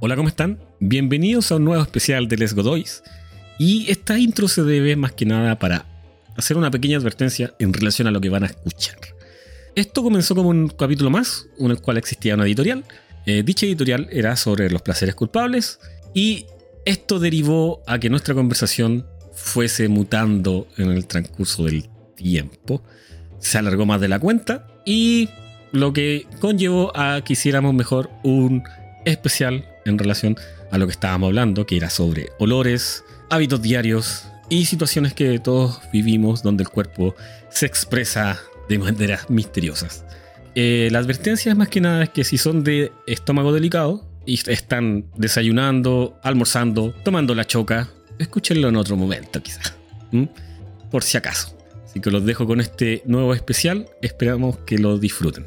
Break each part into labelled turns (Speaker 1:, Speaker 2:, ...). Speaker 1: Hola, ¿cómo están? Bienvenidos a un nuevo especial de Les Godoys. Y esta intro se debe más que nada para hacer una pequeña advertencia en relación a lo que van a escuchar. Esto comenzó como un capítulo más, en el cual existía una editorial. Eh, dicha editorial era sobre los placeres culpables y esto derivó a que nuestra conversación fuese mutando en el transcurso del tiempo. Se alargó más de la cuenta y lo que conllevó a que hiciéramos mejor un especial en relación a lo que estábamos hablando, que era sobre olores, hábitos diarios y situaciones que todos vivimos donde el cuerpo se expresa de maneras misteriosas. Eh, la advertencia es más que nada es que si son de estómago delicado y están desayunando, almorzando, tomando la choca, escúchenlo en otro momento quizás, ¿Mm? por si acaso. Así que los dejo con este nuevo especial, esperamos que lo disfruten.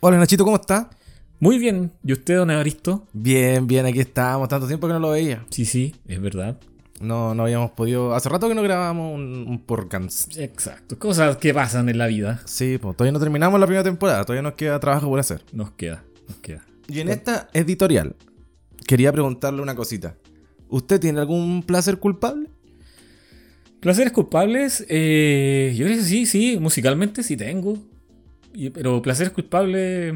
Speaker 2: Hola Nachito, ¿cómo estás?
Speaker 3: Muy bien. ¿Y usted, don Evaristo?
Speaker 2: Bien, bien, aquí estábamos. Tanto tiempo que no lo veía.
Speaker 3: Sí, sí, es verdad.
Speaker 2: No, no habíamos podido. Hace rato que no grabamos un, un podcast.
Speaker 3: Exacto. Cosas que pasan en la vida.
Speaker 2: Sí, pues todavía no terminamos la primera temporada. Todavía nos queda trabajo por hacer.
Speaker 3: Nos queda, nos queda.
Speaker 2: Y en esta editorial, quería preguntarle una cosita. ¿Usted tiene algún placer culpable?
Speaker 3: Placeres culpables, eh, yo creo que sí, sí, musicalmente sí tengo. Y- pero placeres culpables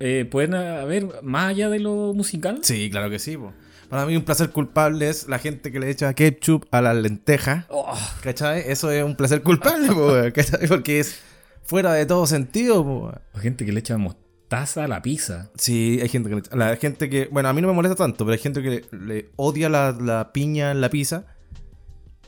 Speaker 3: eh, pueden haber más allá de lo musical.
Speaker 2: Sí, claro que sí, po. Para mí un placer culpable es la gente que le echa ketchup a las lentejas.
Speaker 3: Oh,
Speaker 2: ¿Cachai? Eso es un placer culpable, po, weón, ¿cachai? Porque es fuera de todo sentido, po, weón.
Speaker 3: la gente que le echa mostaza a la pizza.
Speaker 2: Sí, hay gente que le- La gente que. Bueno, a mí no me molesta tanto, pero hay gente que le, le odia la, la piña en la pizza.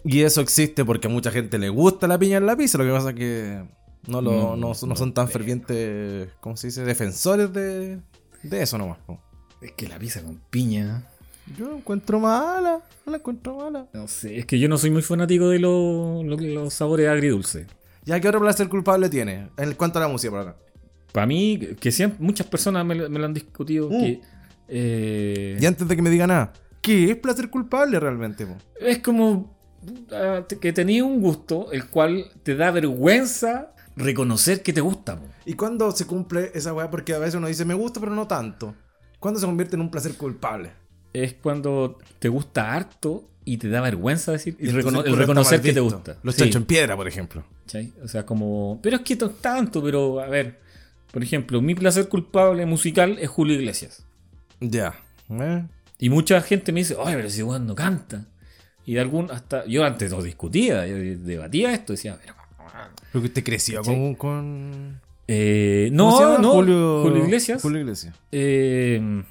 Speaker 2: Y eso existe porque a mucha gente le gusta la piña en la pizza. Lo que pasa es que no, lo- no,
Speaker 3: No,
Speaker 2: son- Mm, no
Speaker 3: no
Speaker 2: son tan
Speaker 3: creo.
Speaker 2: fervientes, ¿cómo se dice? Defensores de, de eso nomás. po.
Speaker 3: Es que la pizza con piña.
Speaker 2: Yo la encuentro mala, no la encuentro mala.
Speaker 3: No sé, es que yo no soy muy fanático de lo- lo- los sabores agridulces.
Speaker 2: ¿Ya qué otro placer culpable tiene? En cuanto a la música, por acá.
Speaker 3: Para mí, que siempre, muchas personas me, lo- me lo han discutido.
Speaker 2: Mm.
Speaker 3: Que, eh,
Speaker 2: Y antes de que me diga nada, ¿qué es placer culpable realmente? po?
Speaker 3: Es como ah, te- que tenía un gusto el cual te da vergüenza reconocer que te gusta. po.
Speaker 2: ¿Y cuándo se cumple esa weá? Porque a veces uno dice, me gusta, pero no tanto. ¿Cuándo se convierte en un placer culpable?
Speaker 3: Es cuando te gusta harto y te da vergüenza decir y recono-
Speaker 2: Entonces,
Speaker 3: el reconocer
Speaker 2: está
Speaker 3: que te
Speaker 2: mal visto.
Speaker 3: gusta.
Speaker 2: Los
Speaker 3: Sí,
Speaker 2: chanchos en piedra, por ejemplo.
Speaker 3: ¿cachai? O sea, como... Pero es que to- tanto, pero a ver. Por ejemplo, mi placer culpable musical es Julio Iglesias.
Speaker 2: Ya. ¿Eh?
Speaker 3: Y mucha gente me dice, ay, pero si Juan no canta. Y algún hasta... Yo antes lo discutía, yo debatía esto, decía, pero...
Speaker 2: Lo que usted creció
Speaker 3: ¿Cachai?
Speaker 2: con... con...
Speaker 3: Eh,
Speaker 2: ¿cómo se
Speaker 3: no,
Speaker 2: llama?
Speaker 3: no, Julio Iglesias.
Speaker 2: Julio Iglesias.
Speaker 3: Eh,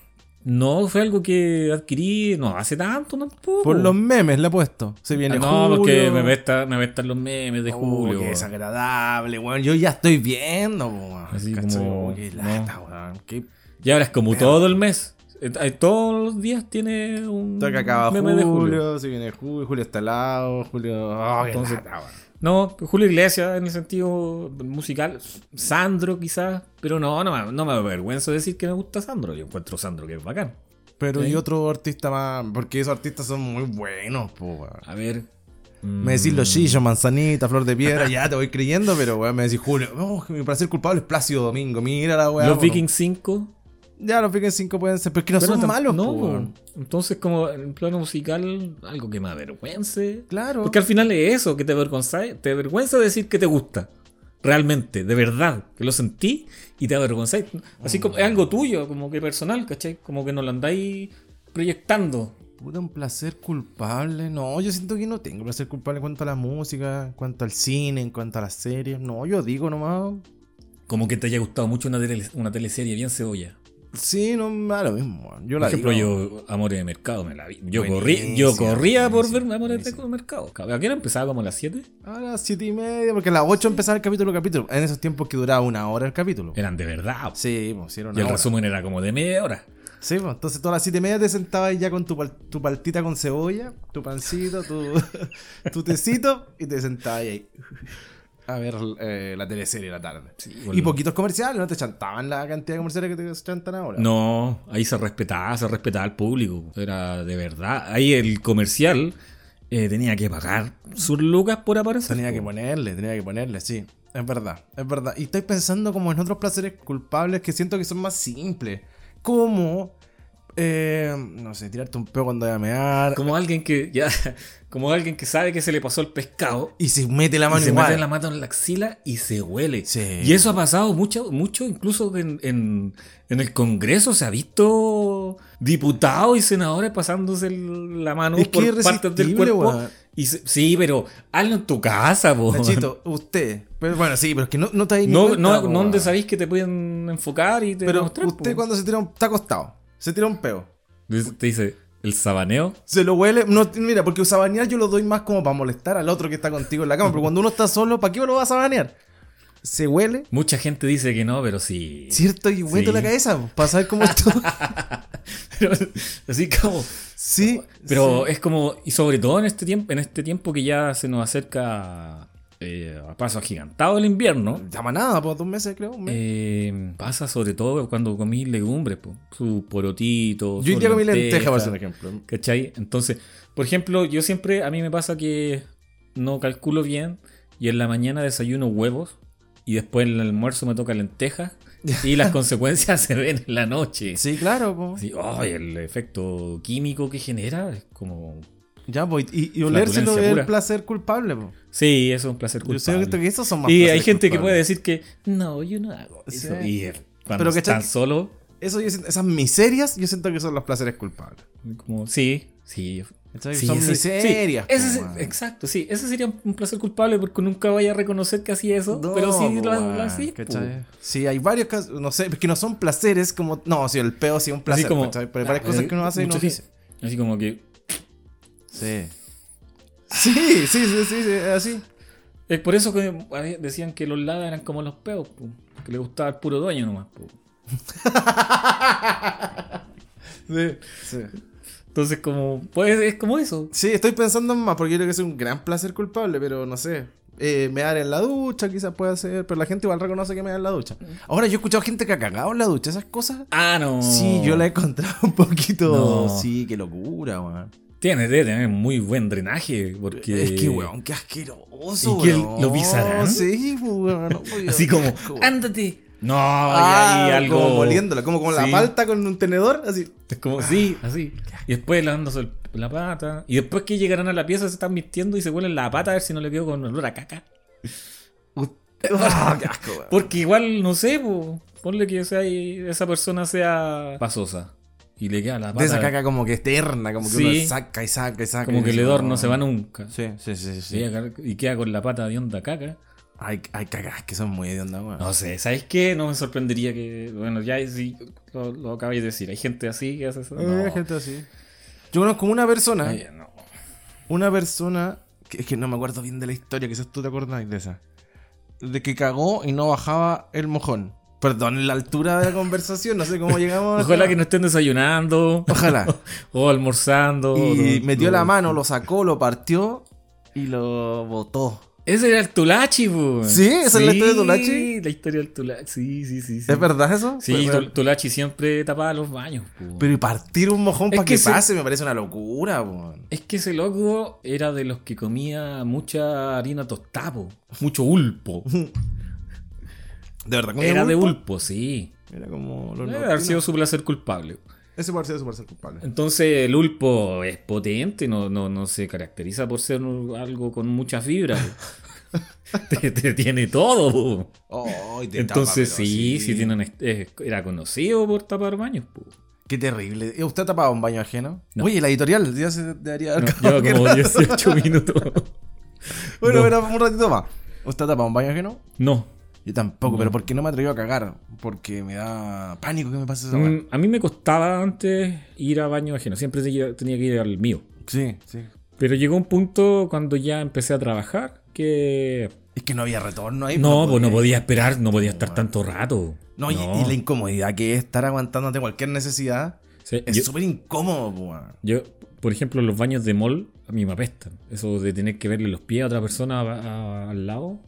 Speaker 3: no, fue algo que adquirí no hace tanto tampoco.
Speaker 2: Por los memes le he puesto. Se viene
Speaker 3: Uh. Ah, No,
Speaker 2: Julio.
Speaker 3: porque me vestan me vestan los memes de
Speaker 2: Oh,
Speaker 3: Julio.
Speaker 2: Qué desagradable, weón. Yo ya estoy viendo, weón.
Speaker 3: Así
Speaker 2: ¿Cachai?
Speaker 3: como-
Speaker 2: Oh, qué
Speaker 3: no.
Speaker 2: lata, weón. Qué-
Speaker 3: Y ahora es como todo el mes. Eh, eh, Todos los días tiene un
Speaker 2: Está que acaba
Speaker 3: meme
Speaker 2: Julio,
Speaker 3: de Julio.
Speaker 2: Se viene Julio. Julio está al lado. Julio... Oh, qué
Speaker 3: Entonces-
Speaker 2: lata, weón.
Speaker 3: No, Julio Iglesias en el sentido musical. Sandro quizás. Pero no, no, me- no me avergüenzo de decir que me gusta Sandro. Yo encuentro Sandro que es bacán.
Speaker 2: Pero
Speaker 3: ¿Sí?
Speaker 2: y otro artista más... Porque esos artistas son muy buenos, po, weón.
Speaker 3: A ver.
Speaker 2: Me decís
Speaker 3: Mm.
Speaker 2: los chillos, manzanita, flor de piedra, ya te voy creyendo, pero weón, me decís Julio, no, que mi placer culpable es Plácido Domingo, mira la weá.
Speaker 3: Los
Speaker 2: po.
Speaker 3: Vikings 5.
Speaker 2: Ya, los Vikings 5 pueden ser, pero es que no
Speaker 3: Pero
Speaker 2: son
Speaker 3: tam-
Speaker 2: malos,
Speaker 3: no,
Speaker 2: po, weón.
Speaker 3: po. Entonces, como en plano musical, algo que me avergüence.
Speaker 2: Claro.
Speaker 3: Porque al final es eso, que te avergüenza, te avergüenza decir que te gusta. Realmente, de verdad, que lo sentí y te avergonzáis. Así como es
Speaker 2: Ah.
Speaker 3: algo tuyo, como que personal, ¿cachai? Como que no lo andáis proyectando.
Speaker 2: Puta, un placer culpable. No, yo siento que no tengo placer culpable en cuanto a la música, en cuanto al cine, en cuanto a las series. No, yo digo nomás.
Speaker 3: Como que te haya gustado mucho una, tele- una teleserie bien cebolla.
Speaker 2: Sí, no, me da lo mismo, weón. Yo
Speaker 3: Por
Speaker 2: la
Speaker 3: ejemplo,
Speaker 2: digo.
Speaker 3: yo, Amores de Mercado, me la vi. Yo,
Speaker 2: Buenísima,
Speaker 3: corrí, yo corría por
Speaker 2: buenísima,
Speaker 3: verme Amores de
Speaker 2: buenísima.
Speaker 3: Mercado. ¿A qué hora empezaba? ¿Como a las 7?
Speaker 2: A las 7 y media, porque a las 8 empezaba el capítulo a capítulo. En esos tiempos que duraba una hora el capítulo.
Speaker 3: Eran de verdad. po.
Speaker 2: Sí, pues, sí, era
Speaker 3: y
Speaker 2: una
Speaker 3: el
Speaker 2: hora.
Speaker 3: resumen era como de media hora.
Speaker 2: Sí, pues entonces todas las siete y media te sentabas ya con tu, pal- tu paltita con cebolla, tu pancito, tu, tu tecito y te sentabas ahí a ver eh, la teleserie de la tarde. y
Speaker 3: boludo.
Speaker 2: poquitos comerciales, no te chantaban la cantidad de comerciales que te chantan ahora.
Speaker 3: No, ahí se respetaba, se respetaba al público. Era de verdad. Ahí el comercial eh, tenía que pagar sus lucas por aparecer.
Speaker 2: Pues, Tenía que
Speaker 3: po.
Speaker 2: ponerle, tenía que ponerle, sí. Es verdad, es verdad. Y estoy pensando como en otros placeres culpables que siento que son más simples. Como, eh, no sé, tirarte un peo cuando vaya a mear.
Speaker 3: Como alguien que ya, como alguien que sabe que se le pasó el pescado.
Speaker 2: Y se mete la
Speaker 3: y
Speaker 2: mano
Speaker 3: se
Speaker 2: igual.
Speaker 3: mete la mano en la axila y se huele.
Speaker 2: Sí.
Speaker 3: Y eso ha pasado mucho, mucho incluso en, en- en el Congreso se ha visto diputados y senadores pasándose el- la mano
Speaker 2: Es que
Speaker 3: por
Speaker 2: es
Speaker 3: partes del
Speaker 2: irresistible,
Speaker 3: cuerpo.
Speaker 2: weón.
Speaker 3: Y se- sí, pero hazlo en tu casa, po.
Speaker 2: Nachito, usted. Pero bueno, sí, pero es que no, no te dais ni
Speaker 3: No,
Speaker 2: cuenta,
Speaker 3: no,
Speaker 2: po,
Speaker 3: no donde
Speaker 2: weón.
Speaker 3: sabéis que te pueden enfocar y te
Speaker 2: Pero
Speaker 3: mostrar, po.
Speaker 2: usted cuando se tira un... Está acostado. Se tira un peo.
Speaker 3: Dice- Te dice, el sabaneo.
Speaker 2: Se lo huele. No, mira, porque sabanear yo lo doy más como para molestar al otro que está contigo en la cama. Pero cuando uno está solo, ¿para qué lo vas a sabanear? Se huele,
Speaker 3: Mucha gente dice que no, pero sí.
Speaker 2: ¿cierto? Y huele
Speaker 3: Sí.
Speaker 2: la cabeza para saber cómo está.
Speaker 3: Pero- así como.
Speaker 2: sí.
Speaker 3: Pero
Speaker 2: sí.
Speaker 3: es como, y sobre todo en este tiempo, en este tiempo que ya se nos acerca eh, a paso agigantado el invierno,
Speaker 2: Llama nada, por dos meses creo. un mes.
Speaker 3: eh, pasa sobre todo cuando comís legumbres, po. su porotito.
Speaker 2: yo
Speaker 3: su
Speaker 2: iría con mi lenteja,
Speaker 3: lenteja,
Speaker 2: por ser ejemplo.
Speaker 3: ¿Cachai? Entonces, por ejemplo, yo siempre, a mí me pasa que no calculo bien y en la mañana desayuno huevos y después en el almuerzo me toca lentejas y las consecuencias se ven en la noche.
Speaker 2: Sí, claro, po.
Speaker 3: Así, ay, el efecto químico que genera es como...
Speaker 2: Ya, po. Y, y olérselo
Speaker 3: Flatulencia
Speaker 2: es
Speaker 3: pura.
Speaker 2: el placer culpable, po.
Speaker 3: Sí, eso es un placer
Speaker 2: Yo sé
Speaker 3: culpable.
Speaker 2: que esos son más
Speaker 3: Y hay
Speaker 2: placeres
Speaker 3: gente que
Speaker 2: culpables.
Speaker 3: puede decir que no, yo no hago
Speaker 2: Sí.
Speaker 3: eso. Y eh, cuando
Speaker 2: Pero, ¿cachai?
Speaker 3: están solo,
Speaker 2: Eso yo siento- esas miserias, yo siento que son los placeres culpables.
Speaker 3: como, sí, sí.
Speaker 2: ¿Cachai?
Speaker 3: sí,
Speaker 2: son
Speaker 3: ese-
Speaker 2: miserias.
Speaker 3: sí, ese
Speaker 2: po,
Speaker 3: es-
Speaker 2: weón.
Speaker 3: exacto, sí. Ese sería un placer culpable porque nunca vaya a reconocer que hacía eso.
Speaker 2: No,
Speaker 3: pero sí pues.
Speaker 2: po,
Speaker 3: lo, lo
Speaker 2: weón,
Speaker 3: hacía, po.
Speaker 2: ¿cachai? Sí, hay varios casos, no sé, que no son placeres como. No, sí, el peo sí es un placer.
Speaker 3: Así como,
Speaker 2: ¿cachai? Pero hay
Speaker 3: ah,
Speaker 2: varias cosas que uno hace y no
Speaker 3: muchas
Speaker 2: dice.
Speaker 3: veces. Así como que.
Speaker 2: Sí. Sí, sí, sí, sí, sí, así.
Speaker 3: Es por eso que había- decían que los ladas eran como los peos, po, que le gustaba el puro dueño nomás. po.
Speaker 2: Sí, sí.
Speaker 3: Entonces, como, pues es como eso.
Speaker 2: Sí, estoy pensando en más porque yo creo que es un gran placer culpable, pero no sé. Eh, mear en la ducha quizás puede ser, pero la gente igual reconoce que mear en la ducha.
Speaker 3: Mm.
Speaker 2: Ahora, yo he escuchado gente que ha cagado en la ducha, esas cosas.
Speaker 3: Ah, no.
Speaker 2: Sí, yo la he encontrado un poquito.
Speaker 3: No.
Speaker 2: Sí, qué locura, weón.
Speaker 3: Tiene debe tener muy buen drenaje. Porque.
Speaker 2: Es que, weón, qué asqueroso.
Speaker 3: ¿Y que
Speaker 2: weón.
Speaker 3: lo pisarán?
Speaker 2: Sí, weón. Oye,
Speaker 3: Así como,
Speaker 2: qué asco.
Speaker 3: ándate. No,
Speaker 2: Ah,
Speaker 3: hay ahí algo.
Speaker 2: Como moliéndola, como con
Speaker 3: Sí.
Speaker 2: la palta con un tenedor, así.
Speaker 3: Es como, sí, así. Y después lavándose el- la pata. Y después que llegarán a la pieza se están vistiendo y se huelen la pata a ver si no le quedo con olor a caca.
Speaker 2: Ah, qué asco, weón.
Speaker 3: Porque igual, no sé, po, ponle que sea, esa persona sea pasosa. Y le queda la pata.
Speaker 2: De esa caca como que externa, como que
Speaker 3: Sí.
Speaker 2: uno saca y saca y saca.
Speaker 3: Como
Speaker 2: y
Speaker 3: que el
Speaker 2: dice,
Speaker 3: hedor no se va nunca.
Speaker 2: Sí, sí, sí, sí.
Speaker 3: Y queda- Y queda con la pata de onda caca.
Speaker 2: Hay, hay cagas que son muy de onda, weón.
Speaker 3: No sé, ¿sabes qué? No me sorprendería que. Bueno, ya sí, lo, lo acabáis de decir. Hay gente así que hace eso. No.
Speaker 2: Hay Eh, gente así. Yo conozco una persona,
Speaker 3: Ay, no.
Speaker 2: una persona, que es que no me acuerdo bien de la historia, quizás tú te acordás de esa. De que cagó y no bajaba el mojón. Perdón, la altura de la conversación, no sé cómo llegamos. a-
Speaker 3: Ojalá que no estén desayunando
Speaker 2: Ojalá.
Speaker 3: o almorzando.
Speaker 2: Y
Speaker 3: o-
Speaker 2: metió la
Speaker 3: o-
Speaker 2: mano, lo sacó, lo partió y lo botó.
Speaker 3: Ese era el Tulachi, po.
Speaker 2: ¿Sí? ¿Esa es la historia de Tulachi?
Speaker 3: Sí, la historia del Tulachi. Sí, sí, sí. sí.
Speaker 2: ¿Es verdad eso?
Speaker 3: Sí,
Speaker 2: Pero-
Speaker 3: Tul- Tulachi siempre tapaba los baños, po.
Speaker 2: Pero y partir un mojón
Speaker 3: Es
Speaker 2: para
Speaker 3: que
Speaker 2: que,
Speaker 3: se-
Speaker 2: pase me parece una locura, weón.
Speaker 3: Es que ese loco era de los que comía mucha harina tostada, po. Mucho ulpo.
Speaker 2: De verdad, como
Speaker 3: Era de
Speaker 2: culpa.
Speaker 3: ulpo, sí.
Speaker 2: Era como los
Speaker 3: Debe haber
Speaker 2: nortinos.
Speaker 3: sido su placer culpable.
Speaker 2: Ese puede haber sido su placer culpable.
Speaker 3: Entonces el ulpo es potente, no, no, no se caracteriza por ser un- algo con mucha fibra. po. te, te tiene todo. po.
Speaker 2: Oh, y te
Speaker 3: Entonces
Speaker 2: tapa, pero
Speaker 3: sí, sí, tiene un est- es- era conocido por tapar baños. po.
Speaker 2: Qué terrible. ¿Y ¿Usted ha tapado un baño ajeno?
Speaker 3: No.
Speaker 2: Oye, la editorial ya se debería haber
Speaker 3: No,
Speaker 2: acabado,
Speaker 3: lleva
Speaker 2: que
Speaker 3: como
Speaker 2: no.
Speaker 3: 18 minutos.
Speaker 2: Bueno,
Speaker 3: no.
Speaker 2: pero un ratito más. ¿Usted ha tapado un baño ajeno?
Speaker 3: No.
Speaker 2: Yo tampoco,
Speaker 3: No.
Speaker 2: pero ¿por qué no me atrevió a cagar? Porque me da pánico que me pase esa weá.
Speaker 3: Mm, A mí me costaba antes ir a baño ajeno, siempre tenía tenía que ir al mío.
Speaker 2: Sí, sí.
Speaker 3: Pero llegó un punto cuando ya empecé a trabajar que...
Speaker 2: Es que no había retorno ahí.
Speaker 3: No, pues
Speaker 2: podía-
Speaker 3: no podía esperar, no podía estar tanto rato.
Speaker 2: No, y- Y, la incomodidad que es estar aguantándote cualquier necesidad
Speaker 3: Sí,
Speaker 2: es
Speaker 3: yo-
Speaker 2: súper incómodo, po, weón.
Speaker 3: Yo, por ejemplo, los baños de mall a mí me apestan. Eso de tener que verle los pies a otra persona a- a- al lado.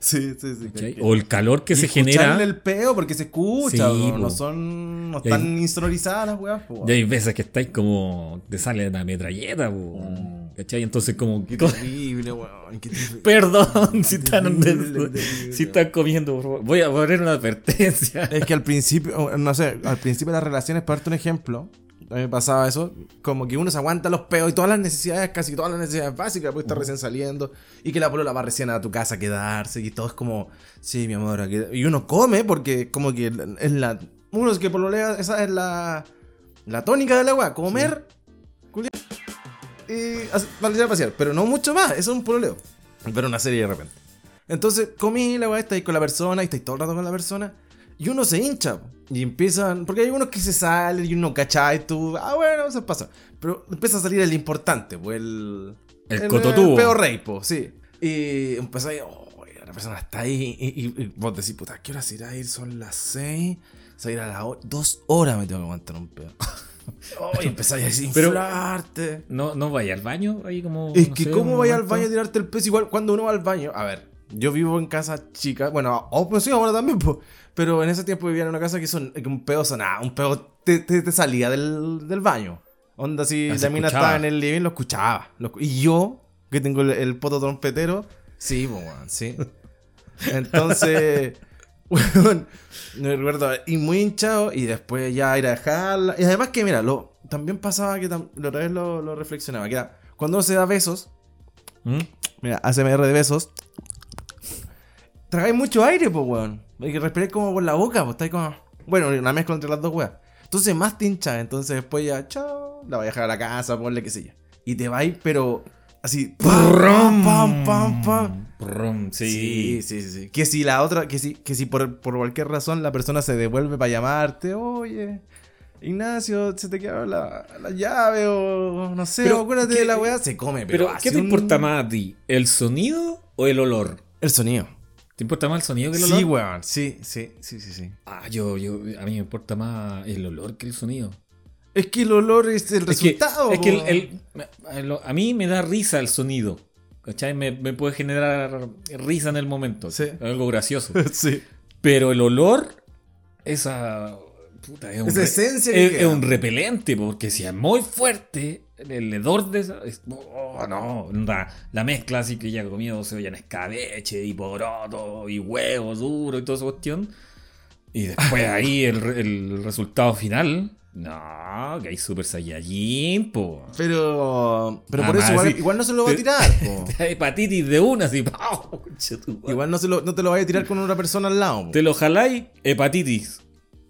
Speaker 2: Sí, sí, sí.
Speaker 3: ¿cachai?
Speaker 2: que-
Speaker 3: O el calor que
Speaker 2: y
Speaker 3: se
Speaker 2: escucharle
Speaker 3: genera.
Speaker 2: el peo porque se escucha,
Speaker 3: Sí,
Speaker 2: po,
Speaker 3: po.
Speaker 2: no son. No
Speaker 3: Y hay-
Speaker 2: están insonorizadas las weas, po, weón.
Speaker 3: Y hay veces que estáis como. Te sale la metralleta, po.
Speaker 2: Mm.
Speaker 3: ¿Cachai? Entonces, como.
Speaker 2: Qué terrible, weón. Qué terrible.
Speaker 3: Perdón si están,
Speaker 2: Terrible, terrible.
Speaker 3: si están comiendo, por favor. Voy a poner una advertencia.
Speaker 2: Es que al principio, no sé, al principio de las relaciones, para darte un ejemplo, a mí me pasaba eso, como que uno se aguanta los peos y todas las necesidades, casi todas las necesidades básicas, pues está recién saliendo, y que la polola va recién a tu casa a quedarse, y todo es como, sí, mi amor, aquí- y uno come porque como que es la... Uno es que pololea, esa es la, la tónica del agua, comer, culiar, y hacer- salir a pasear, pero no mucho más, eso es un pololeo, pero una serie de repente. Entonces comí la weá, estáis con la persona, y estáis todo el rato con la persona. Y uno se hincha. po. Y empiezan. Porque hay unos que se salen y uno cachai, tú. Ah, bueno, eso pasa. Pero empieza a salir el importante, pues el.
Speaker 3: El cototubo.
Speaker 2: El peor rey, po, sí. Y empezáis. Oh, la persona está ahí. Y, y- y vos decís, puta, ¿qué horas irá a ir? Son las seis. Se va a ir a las o- dos horas me tengo que aguantar un pedo. Oh, y empezáis a desinflarte.
Speaker 3: No, no vaya al baño ahí como.
Speaker 2: Es
Speaker 3: no
Speaker 2: que
Speaker 3: sé,
Speaker 2: cómo
Speaker 3: un
Speaker 2: vaya al
Speaker 3: momento.
Speaker 2: baño a tirarte el peso igual cuando uno va al baño. A ver, yo vivo en casa chica. Bueno, oh, pues sí, ahora también, po. pero en ese tiempo vivía en una casa que, son, que un pedo sonaba, un pedo te, te- te salía del, del baño. Onda, si
Speaker 3: Ah, se
Speaker 2: la mina
Speaker 3: escuchaba.
Speaker 2: estaba en el living, lo escuchaba. Lo escu- y yo, que tengo el, el poto trompetero, sí, po, weón, sí. Entonces, weón, me recuerdo, y muy hinchado, y después ya ir a dejarla. Y además que, mira, lo, también pasaba que tam- la otra vez lo, lo reflexionaba, que era, cuando uno se da besos,
Speaker 3: ¿Mm?
Speaker 2: Mira, ASMR de besos. Tragáis mucho aire, pues, weón. Hay que respirar como por la boca, pues, estáis como. Bueno, una mezcla entre las dos weas. Entonces, más te hinchas. Entonces, después ya, chao. La voy a dejar a la casa, ponle que sé yo. Y te vais, pero. Así. Pam, pam, pam, pam.
Speaker 3: Brum,
Speaker 2: Sí,
Speaker 3: sí.
Speaker 2: sí, sí, sí. Que si la otra, que si, que si por, por cualquier razón la persona se devuelve para llamarte, oye, Ignacio, se te quedaron la, la llave o no sé,
Speaker 3: Pero,
Speaker 2: acuérdate
Speaker 3: ¿qué-
Speaker 2: de la weá, se come, pero.
Speaker 3: Pero, ¿qué
Speaker 2: así
Speaker 3: te
Speaker 2: un-
Speaker 3: importa más a ti? ¿El sonido o el olor?
Speaker 2: El sonido.
Speaker 3: ¿Te importa más el sonido que el olor?
Speaker 2: Sí, weón, sí, sí, sí, sí, sí.
Speaker 3: Ah, yo, yo, a mí me importa más el olor que el sonido.
Speaker 2: Es que el olor es el
Speaker 3: Es que-
Speaker 2: resultado.
Speaker 3: Es que,
Speaker 2: po.
Speaker 3: el- el- a lo- a mí me da risa el sonido. ¿Cachai? Me, me puede generar risa en el momento.
Speaker 2: Sí.
Speaker 3: Algo gracioso.
Speaker 2: sí.
Speaker 3: Pero el olor, esa. Puta, es un,
Speaker 2: Esa
Speaker 3: re-
Speaker 2: esencia que
Speaker 3: es,
Speaker 2: queda.
Speaker 3: es un repelente, porque si es muy fuerte, el hedor de esa. es- oh, no, onda, la mezcla así que ya comido se en escabeche y poroto y huevos duro y toda esa cuestión. Y después ahí el, re- el resultado final. No, que hay Super Saiyajin, po.
Speaker 2: Pero. Pero por
Speaker 3: Ah,
Speaker 2: eso
Speaker 3: más,
Speaker 2: igual,
Speaker 3: sí.
Speaker 2: igual no se lo va a
Speaker 3: Te-
Speaker 2: tirar. po.
Speaker 3: Hepatitis de una, así. ¡pau! Concha tu madre.
Speaker 2: igual no, se lo, no te lo vaya a tirar con otra persona al lado. po.
Speaker 3: Te lo jaláis, hepatitis.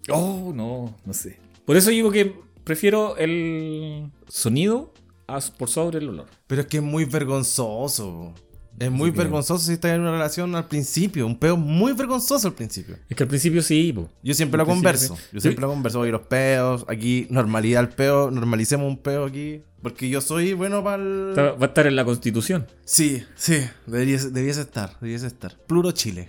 Speaker 3: Oh, no, no sé. Por eso digo que prefiero el sonido a- por sobre el olor.
Speaker 2: Pero es que es muy vergonzoso. po. Es muy
Speaker 3: que-
Speaker 2: vergonzoso si estás en una relación al principio. Un peo muy vergonzoso al principio.
Speaker 3: Es que al principio sí, po.
Speaker 2: Yo siempre lo
Speaker 3: Al principio
Speaker 2: converso.
Speaker 3: sí.
Speaker 2: Yo siempre lo converso. Oye, los peos. Aquí, normalidad al peo. Normalicemos un peo aquí. Porque yo soy bueno para el.
Speaker 3: Está- Va a estar en la constitución.
Speaker 2: Sí, sí, deberías, deberías estar, deberías estar. Pluro Chile.